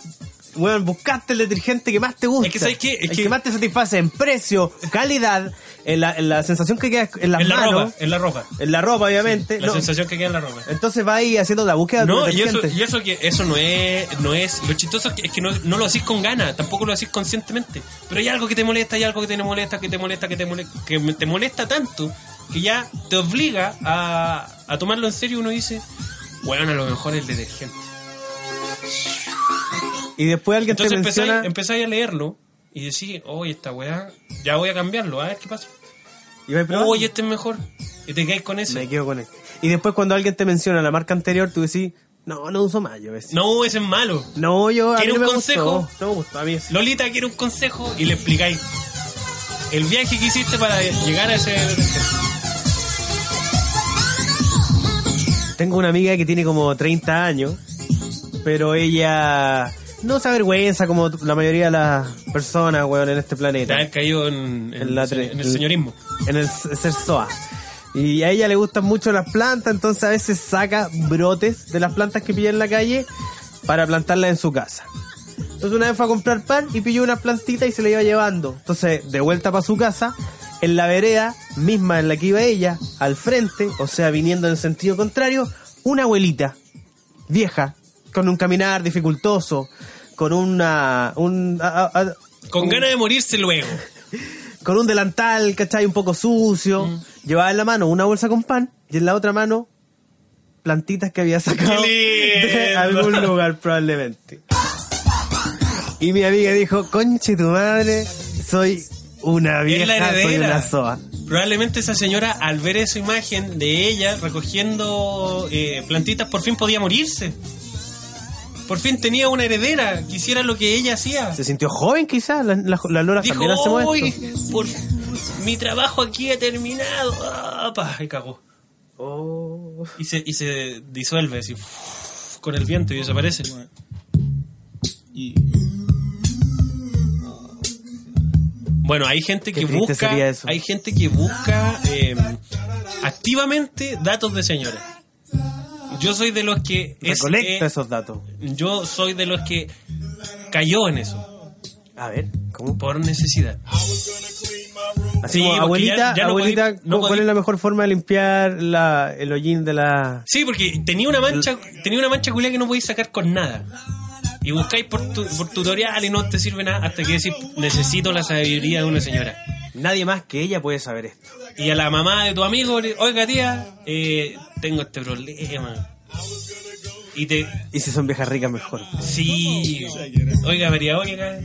Speaker 1: weón, buscaste el detergente que más te gusta.
Speaker 2: Es que, ¿sabes qué? Es
Speaker 1: el
Speaker 2: que-
Speaker 1: que más te satisface en precio, calidad, en la, en la sensación que queda en las
Speaker 2: en la
Speaker 1: manos,
Speaker 2: ropa, en la ropa.
Speaker 1: en la ropa, obviamente.
Speaker 2: La
Speaker 1: No,
Speaker 2: sensación que queda en la ropa.
Speaker 1: Entonces va ahí haciendo la búsqueda
Speaker 2: No,
Speaker 1: del
Speaker 2: y eso,
Speaker 1: detergente.
Speaker 2: y eso que eso no es, no es. Lo chistoso es que, es que no, no lo haces con ganas, tampoco lo haces conscientemente. Pero hay algo que te molesta, hay algo que te molesta, que te molesta, que te molesta, que me- te molesta tanto que ya te obliga a, a tomarlo en serio. y Uno dice, bueno, a lo mejor el detergente.
Speaker 1: Y después alguien
Speaker 2: Entonces
Speaker 1: te
Speaker 2: empezáis,
Speaker 1: menciona
Speaker 2: empezáis a leerlo y decís, oye, esta weá, ya voy a cambiarlo, a ver qué pasa.
Speaker 1: y vais probando.
Speaker 2: Oye, este es mejor. Y te quedáis con
Speaker 1: me
Speaker 2: ese.
Speaker 1: quedo con este. Y después cuando alguien te menciona la marca anterior, tú decís, no, no uso más yo ese.
Speaker 2: No, ese es malo.
Speaker 1: No, yo a mí
Speaker 2: ¿Quiere
Speaker 1: no
Speaker 2: un
Speaker 1: me
Speaker 2: consejo?
Speaker 1: gustó. No me gustó a mí ese.
Speaker 2: Lolita quiere un consejo y le explicáis el viaje que hiciste para llegar a ese
Speaker 1: Tengo una amiga que tiene como 30 años, pero ella no se avergüenza como la mayoría de las personas, weón, en este
Speaker 2: de
Speaker 1: planeta.
Speaker 2: haber caído en, en
Speaker 1: En la
Speaker 2: el se-
Speaker 1: tre-
Speaker 2: en el señorismo.
Speaker 1: En el s- ser SOA. Y a ella le gustan mucho las plantas, entonces a veces saca brotes de las plantas que pilla en la calle para plantarlas en su casa. Entonces una vez fue a comprar pan y pilló una plantita y se la iba llevando. Entonces, de vuelta para su casa, en la vereda misma en la que iba ella, al frente, o sea, viniendo en sentido contrario, una abuelita vieja, con un caminar dificultoso, con una... Un, a- a- a-
Speaker 2: Con ganas de morirse luego.
Speaker 1: con un delantal, ¿cachai? Un poco sucio.
Speaker 2: Mm.
Speaker 1: Llevaba en la mano una bolsa con pan y en la otra mano plantitas que había sacado
Speaker 2: ¡Qué lindo!
Speaker 1: de algún lugar probablemente. Y mi amiga dijo, conche tu madre, soy una
Speaker 2: Es la
Speaker 1: vieja, soy una
Speaker 2: heredera.
Speaker 1: soa.
Speaker 2: Probablemente esa señora, al ver esa imagen de ella recogiendo eh, plantitas, por fin podía morirse. Por fin tenía una heredera que hiciera lo que ella hacía.
Speaker 1: Se sintió joven quizás, las las- las loras
Speaker 2: Dijo,
Speaker 1: también hacemos
Speaker 2: "Uy,
Speaker 1: esto.
Speaker 2: por, mi trabajo aquí ha terminado. Ah, pa, y cagó.
Speaker 1: Oh.
Speaker 2: Y se, y se disuelve así, con el viento y desaparece. Bueno, hay gente
Speaker 1: Qué
Speaker 2: que
Speaker 1: triste
Speaker 2: busca,
Speaker 1: sería eso.
Speaker 2: hay gente que busca eh, activamente datos de señores. Yo soy de los que es
Speaker 1: Recolecta
Speaker 2: que-
Speaker 1: esos datos.
Speaker 2: yo soy de los que cayó en eso
Speaker 1: A ver, ¿cómo?
Speaker 2: por necesidad.
Speaker 1: Así
Speaker 2: Sí,
Speaker 1: como,
Speaker 2: porque
Speaker 1: abuelita,
Speaker 2: ya- ya no
Speaker 1: abuelita,
Speaker 2: podí- no
Speaker 1: ¿cuál
Speaker 2: podí-
Speaker 1: es la mejor forma de limpiar la, el hollín de la...
Speaker 2: Sí, porque tenía una mancha, tenía una mancha culia que no podéis sacar con nada. Y buscáis por, tu- por tutorial y no te sirve nada hasta que decís, necesito la sabiduría de una señora.
Speaker 1: Nadie más que ella puede saber esto.
Speaker 2: Y a la mamá de tu amigo, le- oiga tía, eh, tengo este problema. Y te,
Speaker 1: Y si son viejas ricas, mejor.
Speaker 2: sí, oiga María Olga,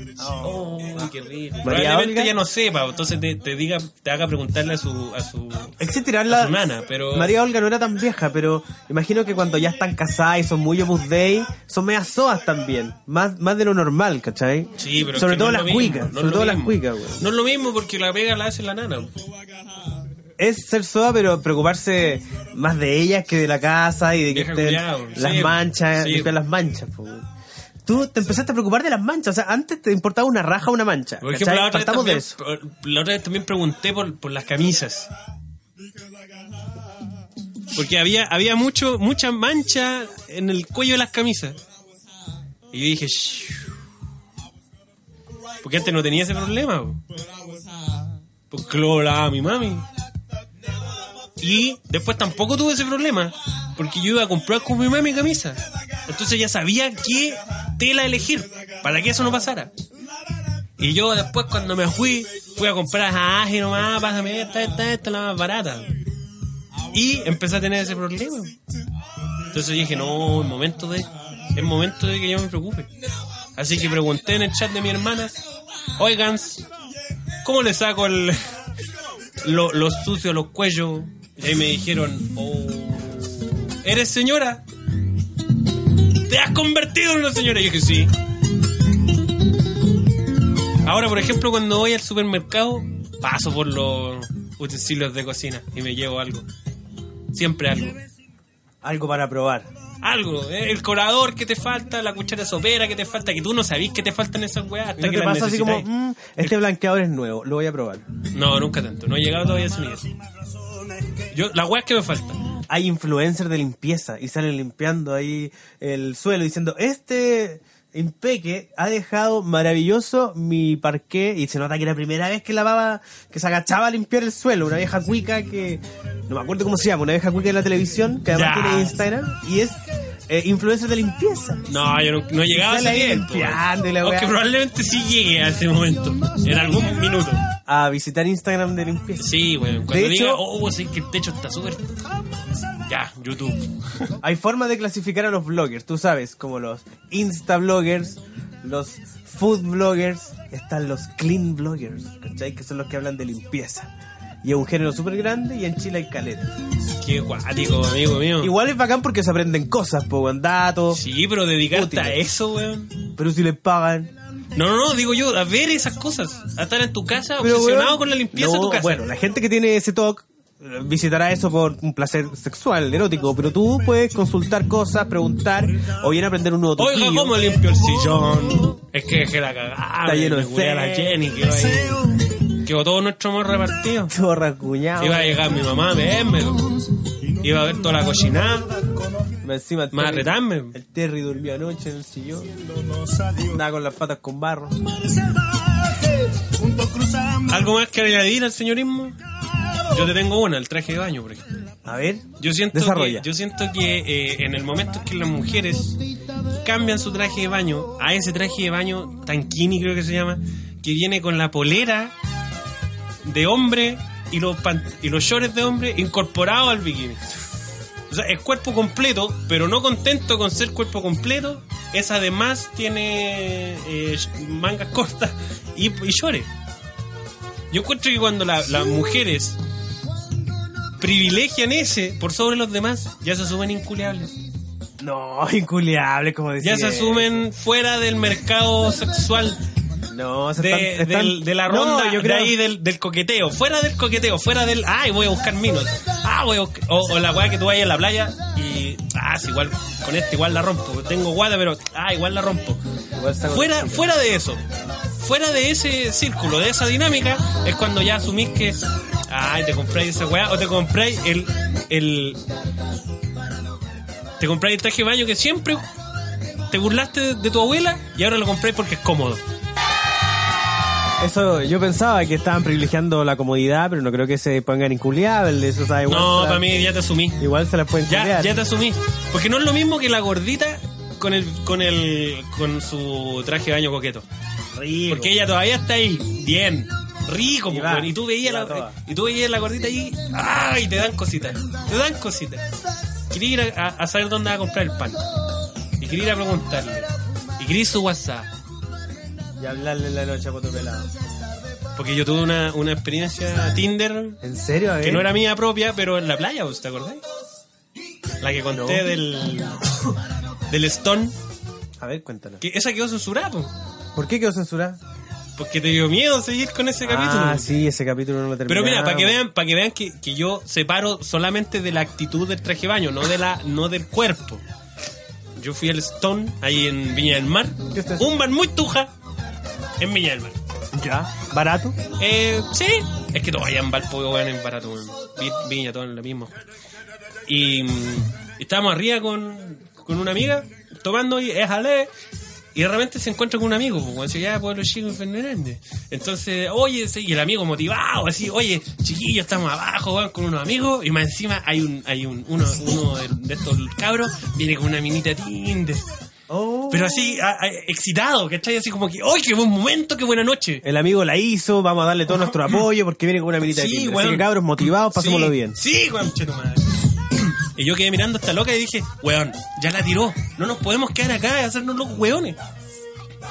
Speaker 2: oh, qué rico. Probablemente
Speaker 1: Olga.
Speaker 2: ya no sepa, entonces te, te diga, te haga preguntarle a su, a su,
Speaker 1: Existirán
Speaker 2: a
Speaker 1: las...
Speaker 2: su nana, pero...
Speaker 1: María Olga no era tan vieja, pero imagino que cuando ya están casadas y son muy opus dei, son medias soas también. Más, más de lo normal, ¿cachai?
Speaker 2: Sí, pero es
Speaker 1: sobre
Speaker 2: que
Speaker 1: todo
Speaker 2: no es
Speaker 1: las
Speaker 2: lo mismo,
Speaker 1: cuicas,
Speaker 2: no es
Speaker 1: sobre
Speaker 2: lo
Speaker 1: todo las
Speaker 2: mismo.
Speaker 1: cuicas, güey.
Speaker 2: No es lo mismo porque la pega la hace la nana.
Speaker 1: Es ser soa, pero preocuparse más de ellas que de la casa y de que
Speaker 2: Vieja
Speaker 1: estén
Speaker 2: culiao,
Speaker 1: las
Speaker 2: sí,
Speaker 1: manchas,
Speaker 2: sí.
Speaker 1: limpiar las manchas, po, güey. Tú te empezaste a preocupar de las manchas, o sea, antes te importaba una raja o una mancha.
Speaker 2: Por ejemplo,
Speaker 1: ¿cachai?
Speaker 2: la otra, vez
Speaker 1: Partamos de
Speaker 2: también,
Speaker 1: eso.
Speaker 2: la otra vez también pregunté por, por las camisas. Porque había, había mucho, mucha mancha en el cuello de las camisas. Y yo dije, "Shh". porque antes no tenía ese problema. po. Porque lo lavaba mi mami. Y después tampoco tuve ese problema, porque yo iba a comprar con mi mami camisa. Entonces ya sabía qué tela elegir, para que eso no pasara. Y yo después cuando me fui, fui a comprar a Aje nomás, pásame esta, esta, esta, la más barata. Y empecé a tener ese problema. Entonces dije, no, es momento de, es momento de que yo me preocupe. Así que pregunté en el chat de mi hermana, oigan, ¿cómo le saco el, lo- los sucios, los cuellos. Y ahí me dijeron, oh, ¿eres señora? ¿Te has convertido en una señora? Y yo dije, sí. Ahora, por ejemplo, cuando voy al supermercado, paso por los utensilios de cocina y me llevo algo. Siempre algo.
Speaker 1: Algo para probar.
Speaker 2: Algo. eh, El colador que te falta, la cuchara sopera que te falta, que tú no sabís que te faltan esas weas
Speaker 1: Y
Speaker 2: hasta
Speaker 1: no
Speaker 2: que
Speaker 1: te
Speaker 2: las
Speaker 1: pasa así como,
Speaker 2: necesitáis.
Speaker 1: "Mm, este blanqueador es nuevo, lo voy a probar.
Speaker 2: No, nunca tanto. No he llegado todavía a ese nivel. Yo, las weas que me faltan.
Speaker 1: Hay influencers de limpieza y salen limpiando ahí el suelo diciendo, este impeque ha dejado maravilloso mi parqué y se nota que era la primera vez que lavaba, que se agachaba a limpiar el suelo, una vieja cuica que, no me acuerdo cómo se llama, una vieja cuica de la televisión que además
Speaker 2: Ya.
Speaker 1: tiene Instagram y es eh, influencer de limpieza.
Speaker 2: No, yo no, no he llegado a ese
Speaker 1: Sale ahí
Speaker 2: nivel. po, weón.
Speaker 1: limpiando y la
Speaker 2: Aunque
Speaker 1: wea.
Speaker 2: probablemente sí llegue a ese momento. En algún minuto.
Speaker 1: A visitar Instagram de limpieza.
Speaker 2: Sí, weón. Cuando
Speaker 1: De
Speaker 2: diga,
Speaker 1: hecho-
Speaker 2: oh, sí, que el techo está súper. Ya, YouTube.
Speaker 1: Hay forma de clasificar a los bloggers, tú sabes, como los insta bloggers, los food bloggers, están los clean bloggers, ¿cachai? Que son los que hablan de limpieza. Y es un género súper grande y en Chile hay caleta.
Speaker 2: Qué guático, amigo mío.
Speaker 1: Igual es bacán porque se aprenden cosas, po, en datos,
Speaker 2: Sí, pero dedicarte
Speaker 1: Útiles.
Speaker 2: a eso, weón.
Speaker 1: pero si les pagan.
Speaker 2: No, no, no, digo yo, a ver esas cosas. A estar en tu casa,
Speaker 1: Pero,
Speaker 2: obsesionado
Speaker 1: weón,
Speaker 2: con la limpieza de
Speaker 1: no,
Speaker 2: tu casa.
Speaker 1: Bueno, la gente que tiene ese TOC eh, visitará eso por un placer sexual, erótico, pero tú puedes consultar cosas, preguntar o bien aprender un nuevo
Speaker 2: Oiga,
Speaker 1: truquillo.
Speaker 2: ¿cómo limpio el sillón? Es que dejé la cagada.
Speaker 1: Está lleno
Speaker 2: me
Speaker 1: de
Speaker 2: culé a la
Speaker 1: sed.
Speaker 2: Jenny, que iba ahí. Quedó todo nuestro amor repartido.
Speaker 1: Chorra, cuñado.
Speaker 2: Iba a llegar mi mamá a verme. Iba a ver toda la cocinada.
Speaker 1: Más encima el
Speaker 2: Más
Speaker 1: Terry-
Speaker 2: retarme.
Speaker 1: El Terry durmió anoche en el sillón. Andaba con las patas con barro.
Speaker 2: ¿Algo más que añadir al señorismo? Yo te tengo una, el traje de baño, por ejemplo.
Speaker 1: A ver,
Speaker 2: Yo siento
Speaker 1: desarrolla.
Speaker 2: que, yo siento que eh, en el momento en que las mujeres cambian su traje de baño a ese traje de baño tanquini creo que se llama, que viene con la polera de hombre y los pan- y los shorts de hombre incorporados al bikini. O sea, es cuerpo completo, pero no contento con ser cuerpo completo, es además tiene eh, mangas cortas y, y shorts. Yo encuentro que cuando la- las mujeres privilegian ese por sobre los demás, ya se asumen inculiables.
Speaker 1: No, inculiable, como decía.
Speaker 2: Ya se asumen fuera del mercado sexual
Speaker 1: No, se
Speaker 2: de,
Speaker 1: están- están-
Speaker 2: del- de la
Speaker 1: No,
Speaker 2: ronda,
Speaker 1: yo
Speaker 2: de
Speaker 1: creo-
Speaker 2: ahí del, del coqueteo, fuera del coqueteo, fuera del, ay, voy a buscar minos, ah, voy a buscar- o, o la weá que tú vayas a la playa y, ah, sí, igual, con este igual la rompo, tengo guada, pero, ah, igual la rompo.
Speaker 1: Igual está con-
Speaker 2: Fuera, fuera de eso, fuera de ese círculo, de esa dinámica, es cuando ya asumís que, ay, te compráis esa weá, o te compráis el, el, te compráis el traje de baño que siempre te burlaste de, de tu abuela y ahora lo compráis porque es cómodo.
Speaker 1: Eso, yo pensaba que estaban privilegiando la comodidad, pero no creo que se pongan inculiable. Eso, o sea, igual
Speaker 2: No,
Speaker 1: se la-
Speaker 2: para mí ya te asumí.
Speaker 1: Igual se las pueden
Speaker 2: Ya,
Speaker 1: culiar.
Speaker 2: ya te asumí. Porque no es lo mismo que la gordita con el con el con su traje de baño coqueto.
Speaker 1: Rico.
Speaker 2: Porque ella todavía está ahí bien, rico,
Speaker 1: Y
Speaker 2: po,
Speaker 1: va,
Speaker 2: weón. y, tú veías
Speaker 1: y va
Speaker 2: la
Speaker 1: toda.
Speaker 2: y tú veías la gordita ahí, ay, te dan cositas. Te dan cositas. Quería ir a, a- a saber dónde va a comprar el pan. Y quería ir a preguntarle. Y quería ir su WhatsApp.
Speaker 1: Y hablarle en la noche a poto pelado.
Speaker 2: Porque yo tuve una, una experiencia Tinder
Speaker 1: ¿En serio? A ver.
Speaker 2: que no era mía propia, pero en la playa, ¿vos ¿te acordáis? La que conté del del Stone,
Speaker 1: A ver, cuéntanos.
Speaker 2: que esa quedó censurada, po,
Speaker 1: ¿Por qué quedó censurada?
Speaker 2: porque te dio miedo seguir con ese Este capítulo.
Speaker 1: Ah, sí, ese capítulo no lo terminamos.
Speaker 2: Pero mira, para que vean, para que vean que, que yo separo solamente de la actitud del traje de baño, no de la no del cuerpo. Yo fui al Stone ahí en Viña del Mar,
Speaker 1: ¿Qué estás
Speaker 2: un bar muy tuja en Viña del Mar.
Speaker 1: Ya, barato.
Speaker 2: Eh, sí, es que todo allá en Valpo, weón, es barato, weón. Vi- Viña, todo es lo mismo. Y mm, estábamos arriba con, con una amiga, tomando y éjale. Y de repente se encuentra con un amigo, pues, weón, se llama Pueblo Chico en Fernández. Entonces, oye, sí, y el amigo motivado, así, oye, chiquillo, estamos abajo, weón, con unos amigos. Y más encima hay un, hay un, uno, uno de- de estos cabros, viene con una minita Tinder.
Speaker 1: Oh.
Speaker 2: Pero así, a- a- excitado, ¿cachai? Así como que, ¡ay, qué buen momento, qué buena noche!
Speaker 1: El amigo la hizo, vamos a darle todo nuestro apoyo porque viene con una milita de
Speaker 2: Sí,
Speaker 1: Tinder.
Speaker 2: weón.
Speaker 1: Así que cabros, motivados, pasémoslo
Speaker 2: Sí,
Speaker 1: bien.
Speaker 2: Sí, weón, che tu madre. Y yo quedé mirando a esta loca y dije, weón, ya la tiró. No nos podemos quedar acá y hacernos los weones.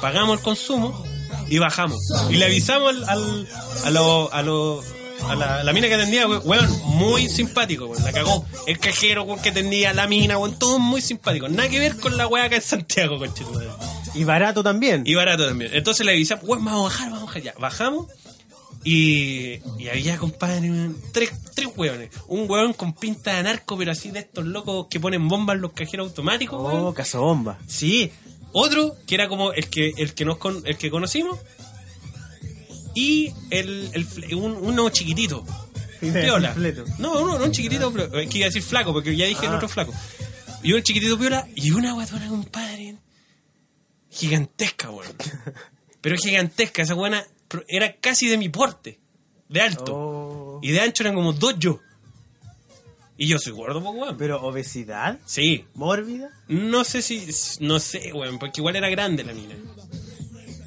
Speaker 2: Pagamos el consumo y bajamos. Y le avisamos al, al- a los a los a la, la mina que atendía, we- weón, muy simpático, weón, la cagó. El cajero, weón, que atendía, la mina, weón, todos muy simpáticos. Nada que ver con la weá acá en Santiago, conchetumadre.
Speaker 4: Y barato también.
Speaker 2: Y barato también. Entonces le avisamos, weón, vamos a bajar, vamos a bajar. Ya, bajamos. Y, y había, compadre, weón, tres, tres weones. Un weón con pinta de narco, pero así de estos locos que ponen bombas en los cajeros automáticos,
Speaker 4: Oh,
Speaker 2: weón.
Speaker 4: cazabomba.
Speaker 2: Sí. Otro que era como el que, el que, nos con- el que conocimos. Y el, el fle- un- uno chiquitito.
Speaker 4: Iba a
Speaker 2: Piola.
Speaker 4: decir fleto.
Speaker 2: No, no, no, un chiquitito. pero- eh, Es que iba a decir flaco, porque ya dije el
Speaker 4: Ah.
Speaker 2: otro flaco. Y un chiquitito piola y una guatona, compadre. Gigantesca, weón. Pero gigantesca, esa buena era casi de mi porte. De alto.
Speaker 4: Oh.
Speaker 2: Y de ancho eran como dos yo. Y yo soy gordo, pues, weón.
Speaker 4: Pero obesidad,
Speaker 2: Sí,
Speaker 4: mórbida.
Speaker 2: no sé si. No sé, weón, porque igual era grande la mina.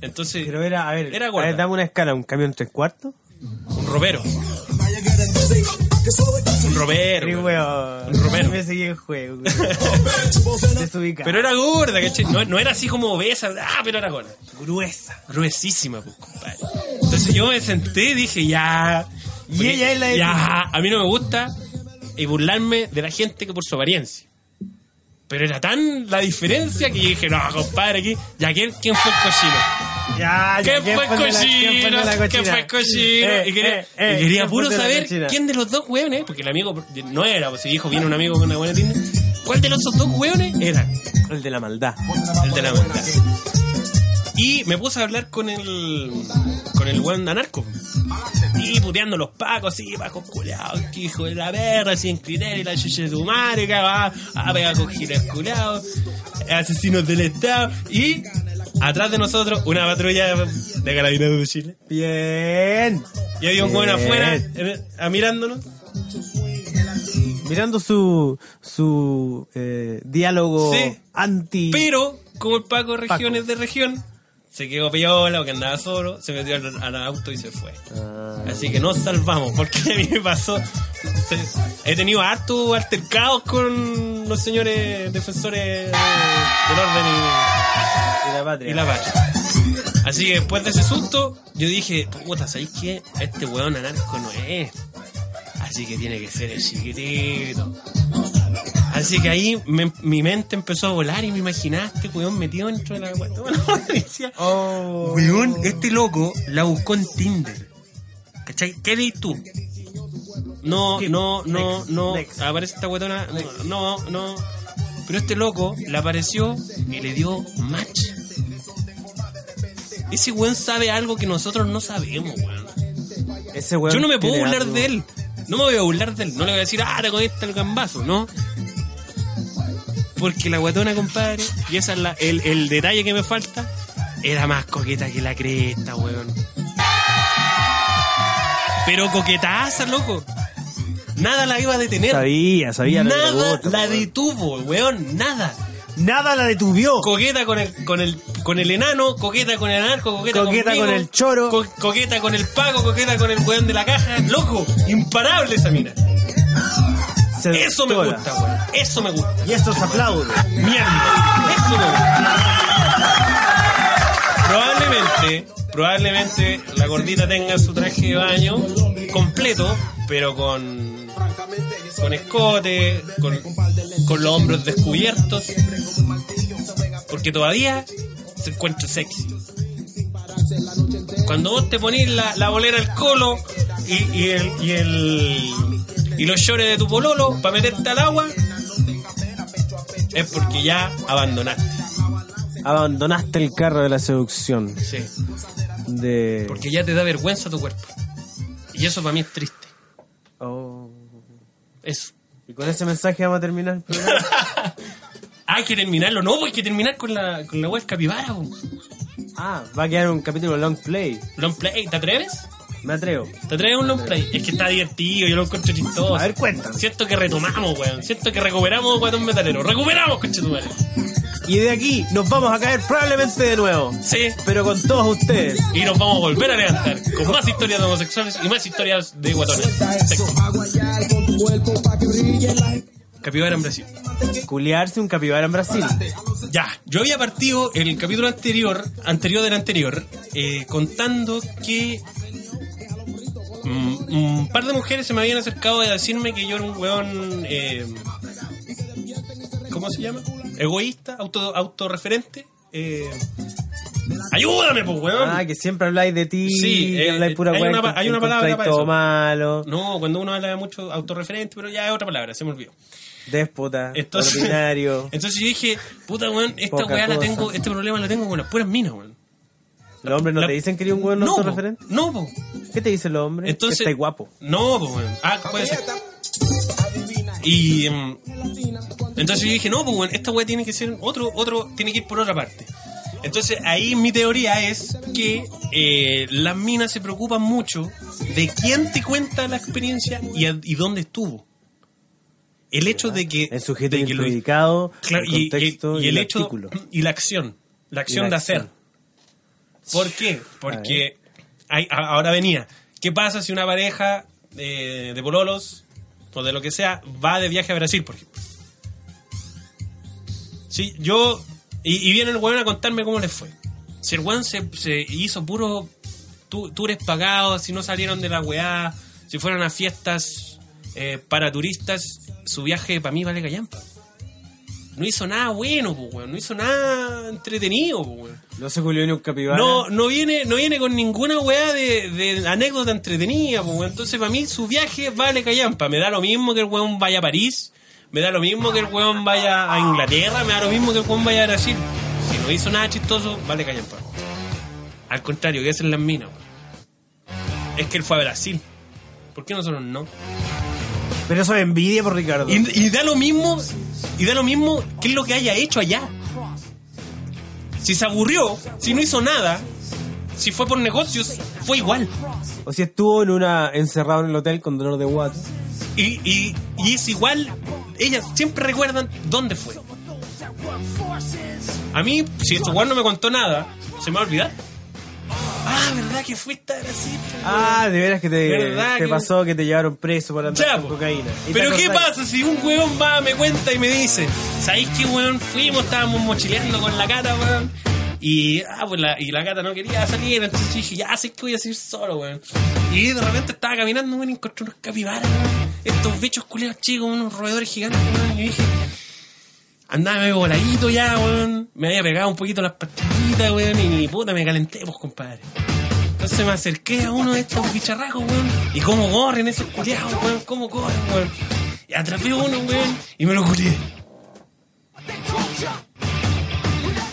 Speaker 2: Entonces,
Speaker 4: Pero era, a ver,
Speaker 2: Era
Speaker 4: a
Speaker 2: gorda.
Speaker 4: ver, dame una escala, un camión tres cuartos.
Speaker 2: un ropero. Un ropero.
Speaker 4: Sí,
Speaker 2: weón.
Speaker 4: weón.
Speaker 2: Un romero.
Speaker 4: Me seguí el juego, weón. Desubicado.
Speaker 2: Pero era gorda, ¿cachai? No, no era así como obesa, ah, pero era gorda. Gruesa. Gruesísima, pues, compadre. Entonces yo me senté y dije, ya.
Speaker 4: Y
Speaker 2: porque
Speaker 4: ella es la de-
Speaker 2: Ya, a mí no me gusta eh, burlarme de la gente que por su apariencia. Pero era tan la diferencia que yo dije, no, compadre, aquí, ya, ¿quién, quién fue el cochino?
Speaker 4: Ya, ya,
Speaker 2: ¿Qué fue
Speaker 4: ¿quién de la- quién fue de la
Speaker 2: cochino? ¿Qué
Speaker 4: cochina?
Speaker 2: fue cochino?
Speaker 4: Eh,
Speaker 2: y quería,
Speaker 4: eh, eh,
Speaker 2: y quería
Speaker 4: ¿quién
Speaker 2: puro
Speaker 4: fue de la
Speaker 2: saber
Speaker 4: cochina?
Speaker 2: quién de los dos hueones, porque el amigo no era, pues si dijo viene un amigo con una buena tienda, ¿cuál de los dos hueones era?
Speaker 4: El de la maldad.
Speaker 2: El de la maldad. Y me puse a hablar con el con el hueón de anarco. Y puteando los pacos, sí, pacos culeados, que hijo de la perra, sin criterio, la chucha de tu madre, que va a pegar con giles culeados, asesinos del Estado. Y atrás de nosotros, una patrulla de carabineros de Chile.
Speaker 4: Bien.
Speaker 2: Y había un hueón
Speaker 4: Bien.
Speaker 2: afuera, en- a mirándonos.
Speaker 4: Mirando su, su eh, diálogo
Speaker 2: Sí.
Speaker 4: anti.
Speaker 2: Pero, como el Paco es regiones de región, se quedó piola o que andaba solo, se metió al, al auto y se fue.
Speaker 4: Ah,
Speaker 2: Así que nos salvamos, porque a mí me pasó. se- he tenido harto altercados con los señores defensores de- del orden
Speaker 4: de la
Speaker 2: y,
Speaker 4: patria.
Speaker 2: y la paz. Así que después de ese susto, yo dije, puta, ¿sabéis qué? Este weón anarco no es. Así que tiene que ser el chiquitito. Así que ahí me- mi mente empezó a volar y me imaginaste, weón, metido dentro de la weón. decía,
Speaker 4: Oh.
Speaker 2: weón, este loco la buscó en Tinder. ¿Cachai? ¿Qué lees tú? No, no, no,
Speaker 4: Next,
Speaker 2: no.
Speaker 4: next.
Speaker 2: Aparece esta guatona. No, no. Pero este loco le apareció y le dio match. Ese weón sabe algo que nosotros no sabemos, weón.
Speaker 4: Ese weón
Speaker 2: Yo no me puedo
Speaker 4: tiene
Speaker 2: burlar
Speaker 4: algo.
Speaker 2: de él. No me voy a burlar de él. No le voy a decir, ah, te conecta el gambazo, ¿no? Porque la guatona, compadre, y esa es la- el, el detalle que me falta, era más coqueta que la cresta, weón. Pero coquetaza, loco. Nada la iba a detener.
Speaker 4: Sabía, sabía. lo que le
Speaker 2: Nada
Speaker 4: gusta,
Speaker 2: la
Speaker 4: weón.
Speaker 2: detuvo, weón. Nada.
Speaker 4: Nada la detuvió.
Speaker 2: Coqueta con el, con el, con el enano, coqueta con el anarco, coqueta,
Speaker 4: Coqueta
Speaker 2: conmigo,
Speaker 4: con el choro.
Speaker 2: co- coqueta con el pago, coqueta con el weón de la caja. Loco, imparable esa mina.
Speaker 4: Se-
Speaker 2: Eso me
Speaker 4: tola.
Speaker 2: gusta, weón. Eso me gusta.
Speaker 4: Y estos aplausos.
Speaker 2: Mierda. Eso me gusta. Probablemente, probablemente la gordita tenga su traje de baño completo, pero con con escote, con, con los hombros descubiertos, porque todavía se encuentra sexy. Cuando vos te ponís la, la bolera al colo y, y el, y, el- y los llores de tu pololo para meterte al agua, es porque ya abandonaste.
Speaker 4: Abandonaste el carro de la seducción.
Speaker 2: Sí.
Speaker 4: De.
Speaker 2: Porque ya te da vergüenza tu cuerpo. Y eso para mí es triste.
Speaker 4: Oh.
Speaker 2: Eso.
Speaker 4: Y con ese mensaje vamos a terminar el programa.
Speaker 2: Hay que terminarlo, no, pues hay que terminar con la, con la web capibara. po.
Speaker 4: Ah, va a quedar un capítulo long play.
Speaker 2: Long play, ¿te atreves?
Speaker 4: Me atrevo.
Speaker 2: ¿Te traes un long play? Es que está divertido, yo lo encuentro chistoso.
Speaker 4: A ver, cuéntame.
Speaker 2: Siento que retomamos, weón. Siento que recuperamos, guatón metalero. ¡Recuperamos, conchetumare!
Speaker 4: Y de aquí nos vamos a caer probablemente de nuevo.
Speaker 2: Sí.
Speaker 4: Pero con todos ustedes.
Speaker 2: Y nos vamos a volver a levantar con más historias de homosexuales y más historias de guatones. Sexo. Capibara en Brasil.
Speaker 4: Culearse un capibara en Brasil.
Speaker 2: Ya, yo había partido el capítulo anterior, anterior del anterior, eh, contando que mm, un par de mujeres se me habían acercado a decirme que yo era un weón. eh, ¿Cómo se llama? Egoísta, auto, autorreferente. eh, ¡Ayúdame, pues, weón!
Speaker 4: Ah, que siempre habláis de ti.
Speaker 2: Sí,
Speaker 4: que
Speaker 2: eh,
Speaker 4: habláis pura
Speaker 2: hay
Speaker 4: weá,
Speaker 2: una
Speaker 4: que
Speaker 2: pa- hay una
Speaker 4: encontráis
Speaker 2: palabra para
Speaker 4: todo
Speaker 2: eso.
Speaker 4: malo,
Speaker 2: No, cuando uno habla mucho autorreferente, pero ya es otra palabra, se me olvidó.
Speaker 4: déspota,
Speaker 2: Mm. Entonces,
Speaker 4: ordinario.
Speaker 2: entonces yo dije, puta weón, esta
Speaker 4: Poca
Speaker 2: weá la
Speaker 4: cosa.
Speaker 2: tengo, este problema la tengo con las puras minas, weón.
Speaker 4: ¿Los hombres no
Speaker 2: la-
Speaker 4: te dicen que eres un weón
Speaker 2: No, po,
Speaker 4: autorreferente?
Speaker 2: no, po.
Speaker 4: ¿Qué te dicen los hombres?
Speaker 2: Entonces,
Speaker 4: Que estás guapo.
Speaker 2: No, pues, weón. Ah, puede ser. Y em, entonces yo dije, no, pues, weón, esta weá tiene que ser otro, otro, tiene que ir por otra parte. Entonces ahí mi teoría es que eh, las minas se preocupan mucho de quién te cuenta la experiencia y, a- y dónde estuvo. El hecho de que,
Speaker 4: El sujeto
Speaker 2: de
Speaker 4: y
Speaker 2: que
Speaker 4: el
Speaker 2: lo-
Speaker 4: predicado,
Speaker 2: Claro,
Speaker 4: el
Speaker 2: y, y-
Speaker 4: contexto
Speaker 2: y
Speaker 4: y,
Speaker 2: el,
Speaker 4: el,
Speaker 2: hecho
Speaker 4: artículo.
Speaker 2: y la acción, la acción
Speaker 4: Y
Speaker 2: de
Speaker 4: la
Speaker 2: hacer.
Speaker 4: acción.
Speaker 2: ¿Por qué? Porque hay- a- ahora venía. ¿Qué pasa si una pareja eh, de pololos o de lo que sea va de viaje a Brasil, por ejemplo? Sí, yo y, y viene el weón a contarme cómo les fue. Si el weón se, se hizo puro tu- tours pagados, si no salieron de la weá, si fueron a fiestas eh, para turistas, su viaje para mí vale callampa. No hizo nada bueno, pues, weón. No hizo nada entretenido, pues, weón.
Speaker 4: No se culió ni un capibara.
Speaker 2: No, no viene, no viene con ninguna weá de, de anécdota entretenida, pues, weón. Entonces, para mí, su viaje vale callampa. Me da lo mismo que el weón vaya a París, me da lo mismo que el weón vaya a Inglaterra, me da lo mismo que el weón vaya a Brasil. Si no hizo nada chistoso, vale callampa. Al contrario, que hacen las minas, weón. Es que él fue a Brasil. ¿Por qué nosotros no?
Speaker 4: Pero eso es envidia por Ricardo.
Speaker 2: Y, y da lo mismo, y da lo mismo qué es lo que haya hecho allá. Si se aburrió, si no hizo nada, si fue por negocios, fue igual.
Speaker 4: O si estuvo en una encerrado en el hotel con dolor de guato.
Speaker 2: Y, y- y es igual, ellas siempre recuerdan dónde fue. A mí, si este weón no me contó nada, se me va a olvidar. Ah, ¿verdad que fuiste a Brasil?
Speaker 4: Ah, de veras que te,
Speaker 2: ¿Verdad
Speaker 4: te
Speaker 2: que-
Speaker 4: pasó que te llevaron preso por andar
Speaker 2: Ya,
Speaker 4: con
Speaker 2: po.
Speaker 4: cocaína. ¿Y
Speaker 2: Pero
Speaker 4: te
Speaker 2: ¿qué
Speaker 4: acordás?
Speaker 2: pasa si un weón va, me cuenta y me dice, ¿sabéis qué weón fuimos? Estábamos mochileando con la cata, weón. Y, ah, pues la, y la cata no quería salir, entonces dije, ya sé que voy a salir solo, weón. Y de repente estaba caminando, weón, y encontré unos capibaras, weón. Estos bichos culeros chicos, unos roedores gigantes, weón. Y yo dije, andaba medio voladito ya, weón. Me había pegado un poquito las pastillitas, weón. Y puta, me calenté, pues, compadre. Entonces me acerqué a uno de estos bicharracos, weón. Y cómo corren esos culiados, weón. Cómo corren, weón. Y atrapé uno, weón. Y me lo culié.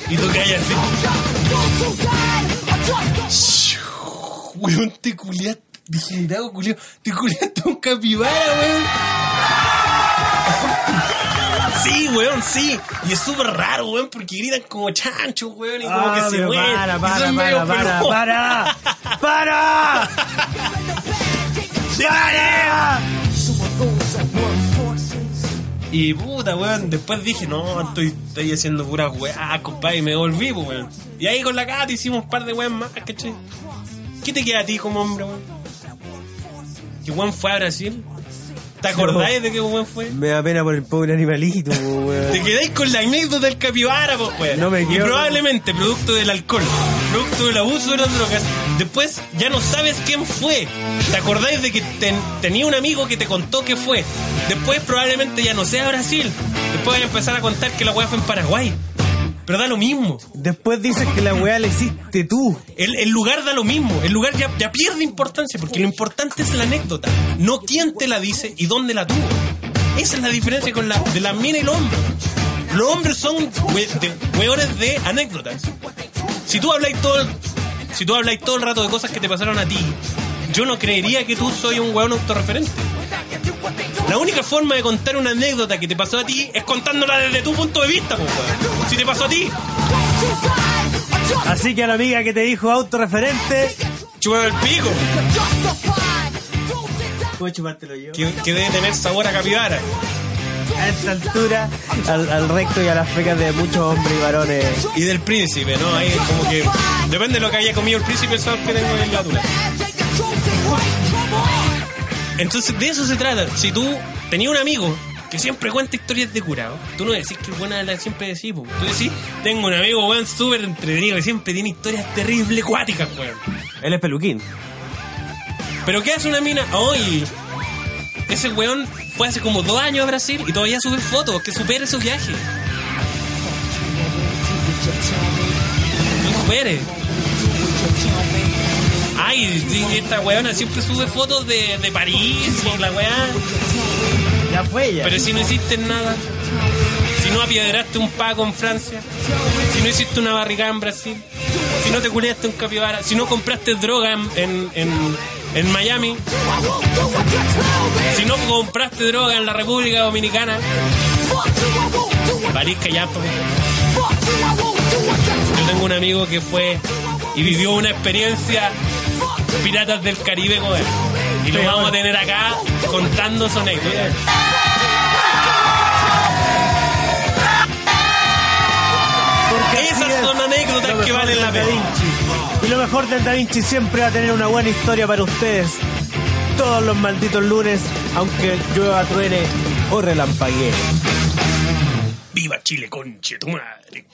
Speaker 2: Y toqué ahí así. Shhh, Weón, te culiaste. Dije, hago culiao. Te culiaste un capibara, weón. Sí, weón, sí. Y es súper raro, weón, porque gritan como chanchos, weón, y como
Speaker 4: Ah,
Speaker 2: que se
Speaker 4: pero
Speaker 2: mueven.
Speaker 4: para,
Speaker 2: Y
Speaker 4: para,
Speaker 2: son
Speaker 4: para,
Speaker 2: medio
Speaker 4: para,
Speaker 2: peludos.
Speaker 4: para, para, para.
Speaker 2: Y puta, weón, después dije, no, estoy, estoy haciendo pura weá, compadre, y me volví, pues, weón. Y ahí con la gata hicimos un par de weón más, ¿cachai? ¿Qué te queda a ti como hombre, weón? Que weón fue a Brasil. ¿Te acordáis de que weón fue?
Speaker 4: Me da pena por el pobre animalito, po,
Speaker 2: Te
Speaker 4: weón.
Speaker 2: quedáis con la anécdota del capibara, pues, weón.
Speaker 4: No me
Speaker 2: y
Speaker 4: quedo.
Speaker 2: probablemente producto del alcohol, producto del abuso de las drogas. Después ya no sabes quién fue. ¿Te acordáis de que ten- tenía un amigo que te contó que fue? Después probablemente ya no sea Brasil. Después van a empezar a contar que la weá fue en Paraguay. Pero da lo mismo.
Speaker 4: Después dices que la weá la hiciste tú.
Speaker 2: El, el lugar da lo mismo. El lugar ya, ya pierde importancia porque lo importante es la anécdota. No quién te la dice y dónde la tuvo. Esa es la diferencia con la de la mina y el hombre. Los hombres son hue- de, hueones de anécdotas. Si tú habláis todo el, si tú habláis todo el rato de cosas que te pasaron a ti, yo no creería que tú soy un hueón autorreferente. La única forma de contar una anécdota que te pasó a ti es contándola desde tu punto de vista, po, hueón. Si te pasó a ti,
Speaker 4: Así que a la amiga que te dijo autorreferente,
Speaker 2: chúpame el pico.
Speaker 4: puedo chupártelo yo.
Speaker 2: Que, que debe tener sabor a capibara.
Speaker 4: A esta altura, al, al recto y a las fecas de muchos hombres y varones.
Speaker 2: Y del príncipe, ¿no? Ahí es como que. Depende de lo que haya comido el príncipe, el sabor que tengo en la tula. Entonces, de eso se trata. Si tú tenías un amigo que siempre cuenta historias de curado, tú no decís que buena la siempre decís, po. Tú decís, tengo un amigo, weón, súper entretenido que siempre tiene historias terribles, cuáticas, weón.
Speaker 4: Él es peluquín.
Speaker 2: Pero ¿qué hace una mina hoy? Ese weón fue hace como dos años a Brasil y todavía sube fotos, que supere su viaje. Lo supere. Ay, sí, esta weona siempre sube fotos de, de París y la weá.
Speaker 1: Ya fue ella.
Speaker 2: Pero si no hiciste nada, si no apiedraste un pago en Francia, si no hiciste una barricada en Brasil, si no te culiaste un capibara, si no compraste droga en, en, en- en Miami, si no compraste droga en la República Dominicana, París Callampa. Yo tengo un amigo que fue y vivió una experiencia Piratas del Caribe con él. Y lo vamos a tener acá contando su anécdota.
Speaker 1: Porque así
Speaker 2: Esas
Speaker 1: es.
Speaker 2: son anécdotas
Speaker 1: Lo
Speaker 2: que
Speaker 1: mejor
Speaker 2: valen
Speaker 1: del Da
Speaker 2: la pena.
Speaker 1: Vinci. Y lo mejor del Da Vinci siempre va a tener una buena historia para ustedes. Todos los malditos lunes, aunque llueva, truene o relampaguee.
Speaker 2: ¡Viva Chile, conche tu madre!